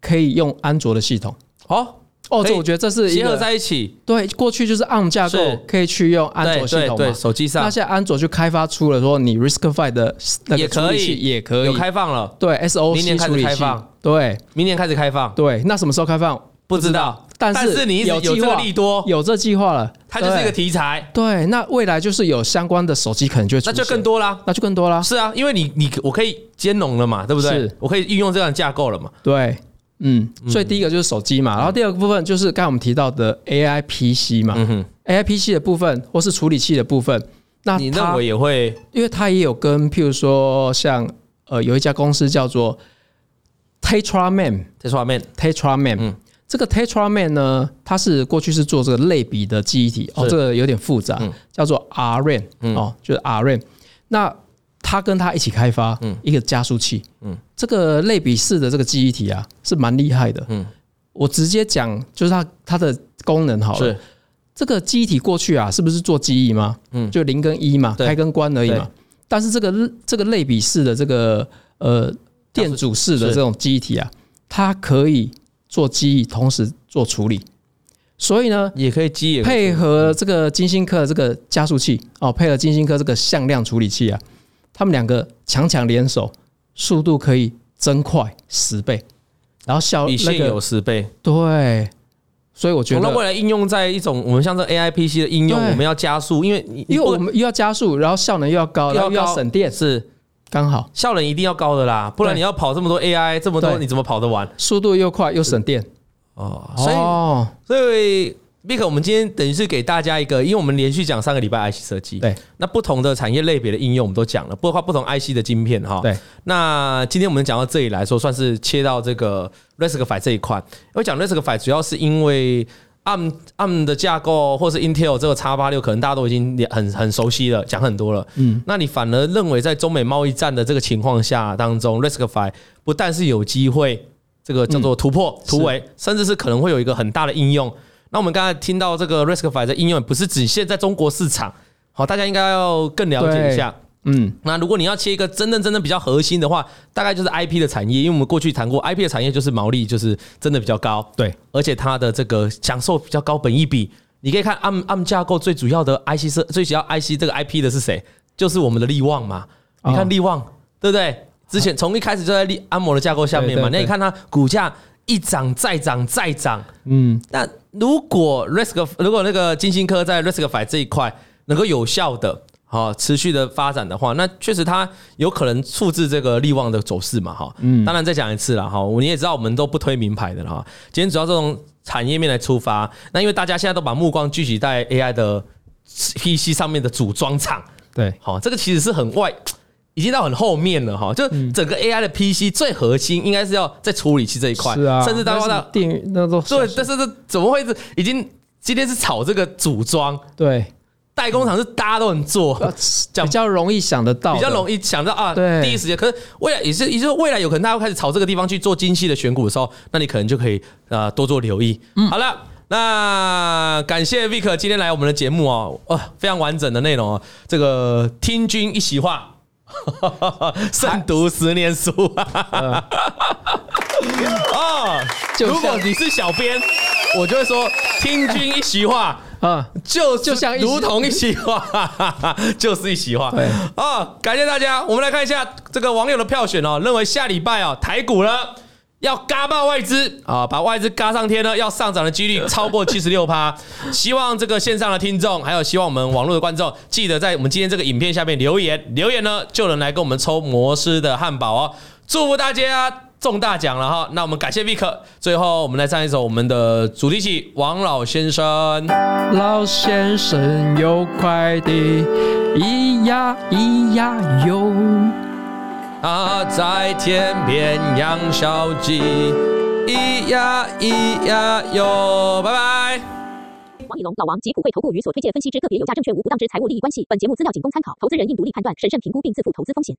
B: 可以用安卓的系统。
A: 哦，
B: 哦，
A: 可
B: 这
A: 以
B: 我觉得这是一
A: 结合
B: 个
A: 在一起，
B: 对过去就是 ARM 架构
A: 是
B: 可以去用安
A: 对
B: 卓系
A: 对
B: 统
A: 对，啊
B: 嘛。
A: 手机
B: 那
A: 上
B: 现在安卓就开发出了说，你 RISC-V 的那
A: 也
B: 个
A: 可
B: 处
A: 以
B: 理器也可
A: 有
B: 以，
A: 开放了，
B: 对
A: 明年
B: SOC
A: 开始
B: 处理
A: 开
B: 器
A: 放，
B: 对
A: 明年开始开放，
B: 对。那什么时候开放？
A: 不知道，
B: 但
A: 但是你一直
B: 有
A: 有
B: 计
A: 这个
B: 划，
A: 利多，
B: 有这计划了，
A: 哦它就是一个
B: 对
A: 题材，
B: 对。那未来就是有相关的手机可能就会出
A: 那
B: 现
A: 就更多啦。
B: 那就更多啦，
A: 是啊，因为你你我可以兼容了嘛，对不对
B: 是？
A: 我可以运用这样的架构了嘛。
B: 对。嗯，所以第一个就是手机
A: 嗯
B: 嘛，然后第二个部分就是刚才我们提到的 AI PC 嘛、
A: 嗯哼，
B: a i PC 的部分或是处理器的部分，那
A: 你认
B: 它
A: 为也会
B: 因为它也有跟譬如说像呃有一家公司叫做 Tetraman，
A: 在画面
B: Tetraman，、
A: 嗯
B: 这个 Tetraman 呢，它是过去是做这个类比的记忆体，哦，
A: 是
B: 这个有点复杂，
A: 嗯
B: 叫做 RN，、
A: 嗯
B: 哦，就是 RN。那他跟他一起开发
A: 嗯
B: 一个加速器，
A: 嗯
B: 这个类比式的这个记忆体啊，是蛮厉害的，
A: 嗯
B: 我直接讲就是它它的功能好了
A: 是，
B: 这个记忆体过去啊，是不是做记忆吗？
A: 嗯
B: 就零跟一嘛，
A: 对
B: 开跟关而已嘛。但是这个这个类比式的这个呃电阻式的
A: 是
B: 这种记忆体啊，它可以做记忆，同时做处理。所以呢，
A: 也可以机也可以
B: 配合这个金星科的这个加速器哦，配合金星科这个向量处理器啊，他们两个强强联手，速度可以增快十倍，然后效
A: 比
B: 那
A: 现
B: 个
A: 有十倍。
B: 对，所以我觉
A: 从那
B: 得
A: 未来应用在一种我们像这 A I P C 的应用，
B: 对
A: 我们要加速，因为你
B: 因为我
A: 你
B: 们又要加速，然后效能又要高，
A: 又
B: 然
A: 要
B: 后又要
A: 高
B: 省电
A: 不，是
B: 刚好
A: 效能一定要高的啦，不然
B: 对
A: 你要跑这么多 A I 这么多，
B: 对
A: 你怎么跑得完？
B: 速度又快又省电。
A: 哦，所以
B: 哦，
A: 所以 m i k 我们今天等于是给大家一个，因为我们连续讲上个礼拜 IC 设计，
B: 对，
A: 那不同的产业类别的应用我们都讲了，包括不同 IC 的晶片哈，
B: 对。
A: 那今天我们讲到这里来说，算是切到这个 RISC-V 这一块。我讲 RISC-V 主要是因为 ARM ARM 的架构，或是 Intel 这个 x 八六，可能大家都已经很很熟悉了，讲很多了。嗯，那你反而认为在中美贸易战的这个情况下当中，RISC-V 不但是有机会这个叫做突破、突围，甚嗯至是可能会有一个很大的应用。那我们刚才听到这个 RISC-V 的应用，不是只限在中国市场，好，大家应该要更了解一下。
B: 嗯，
A: 那如果你要切一个真正真正比较核心的话，大概就是 IP 的产业，因为我们过去谈过 IP 的产业就是毛利就是真的比较高，
B: 对，
A: 而且它的这个享受比较高本益比。你可以看 ARM ARM 架构最主要的 IC 是最主要 IC 这个 IP 的是谁？就是我们的力旺嘛。
B: 哦
A: 你看力旺，对不对？之前从一开始就在力安摩的架构下面嘛，那
B: 对对对
A: 你看它股价一涨再涨再涨，
B: 嗯，
A: 那如果 risk 如果那个金星科在 risk f i 这一块能够有效的哈、哦持续的发展的话，那确实它有可能复制这个利旺的走势嘛哈。嗯，当然再讲一次了哈，我你也知道我们都不推名牌的了哈。今天主要这种产业面来出发，那因为大家现在都把目光聚集在 AI 的 PC 上面的组装厂，
B: 对，
A: 好、这个其实是很外，已经到很后面了哈、就
B: 嗯
A: 整个 AI 的 PC 最核心应该是要在处理器这一块，
B: 是啊，
A: 甚至到
B: 那
A: 到
B: 是电源那都
A: 对，但是这怎么会是已经今天是炒这个组装？
B: 对
A: 代工厂是大家都能做，
B: 啊比较容易想得到，
A: 比较容易想到啊，
B: 对
A: 第一时间。可是未来也是，也就是未来有可能大家会开始朝这个地方去做精细的选股的时候，那你可能就可以呃多做留意。
B: 嗯
A: 好了。那感谢 Vic 今天来我们的节目哦，哇、非常完整的内容哦。这个听君一席话， 胜读十年书啊！ 哦，
B: 嗯就像
A: 如果你是小编，我就会说听君一席话。
B: 啊。
A: 就
B: 就像一席
A: 如同一席话， 就是一席话。
B: 对
A: 哦，感谢大家。我们来看一下这个网友的票选哦，认为下礼拜哦台股呢要嘎爆外资啊，把外资嘎上天呢，要上涨的几 率超过七十六趴。希望这个线上的听众，还有希望我们网络的观众，记得在我们今天这个影片下面留言，留言呢就能来跟我们抽摩斯的汉堡哦。祝福大家！中大奖了哈！那我们感谢 Vic，最后我们来唱一首我们的主题曲《王老先生》。
B: 老先生有快递，咿呀咿呀哟，
A: 他啊在天边养小鸡，咿呀咿呀哟，拜拜。
C: 王以龙、老王及普惠投顾与所推介分析之个别有价证券无不当之财务利益关系。本节目资料仅供参考，投资人应独立判断、审慎评估并自负投资风险。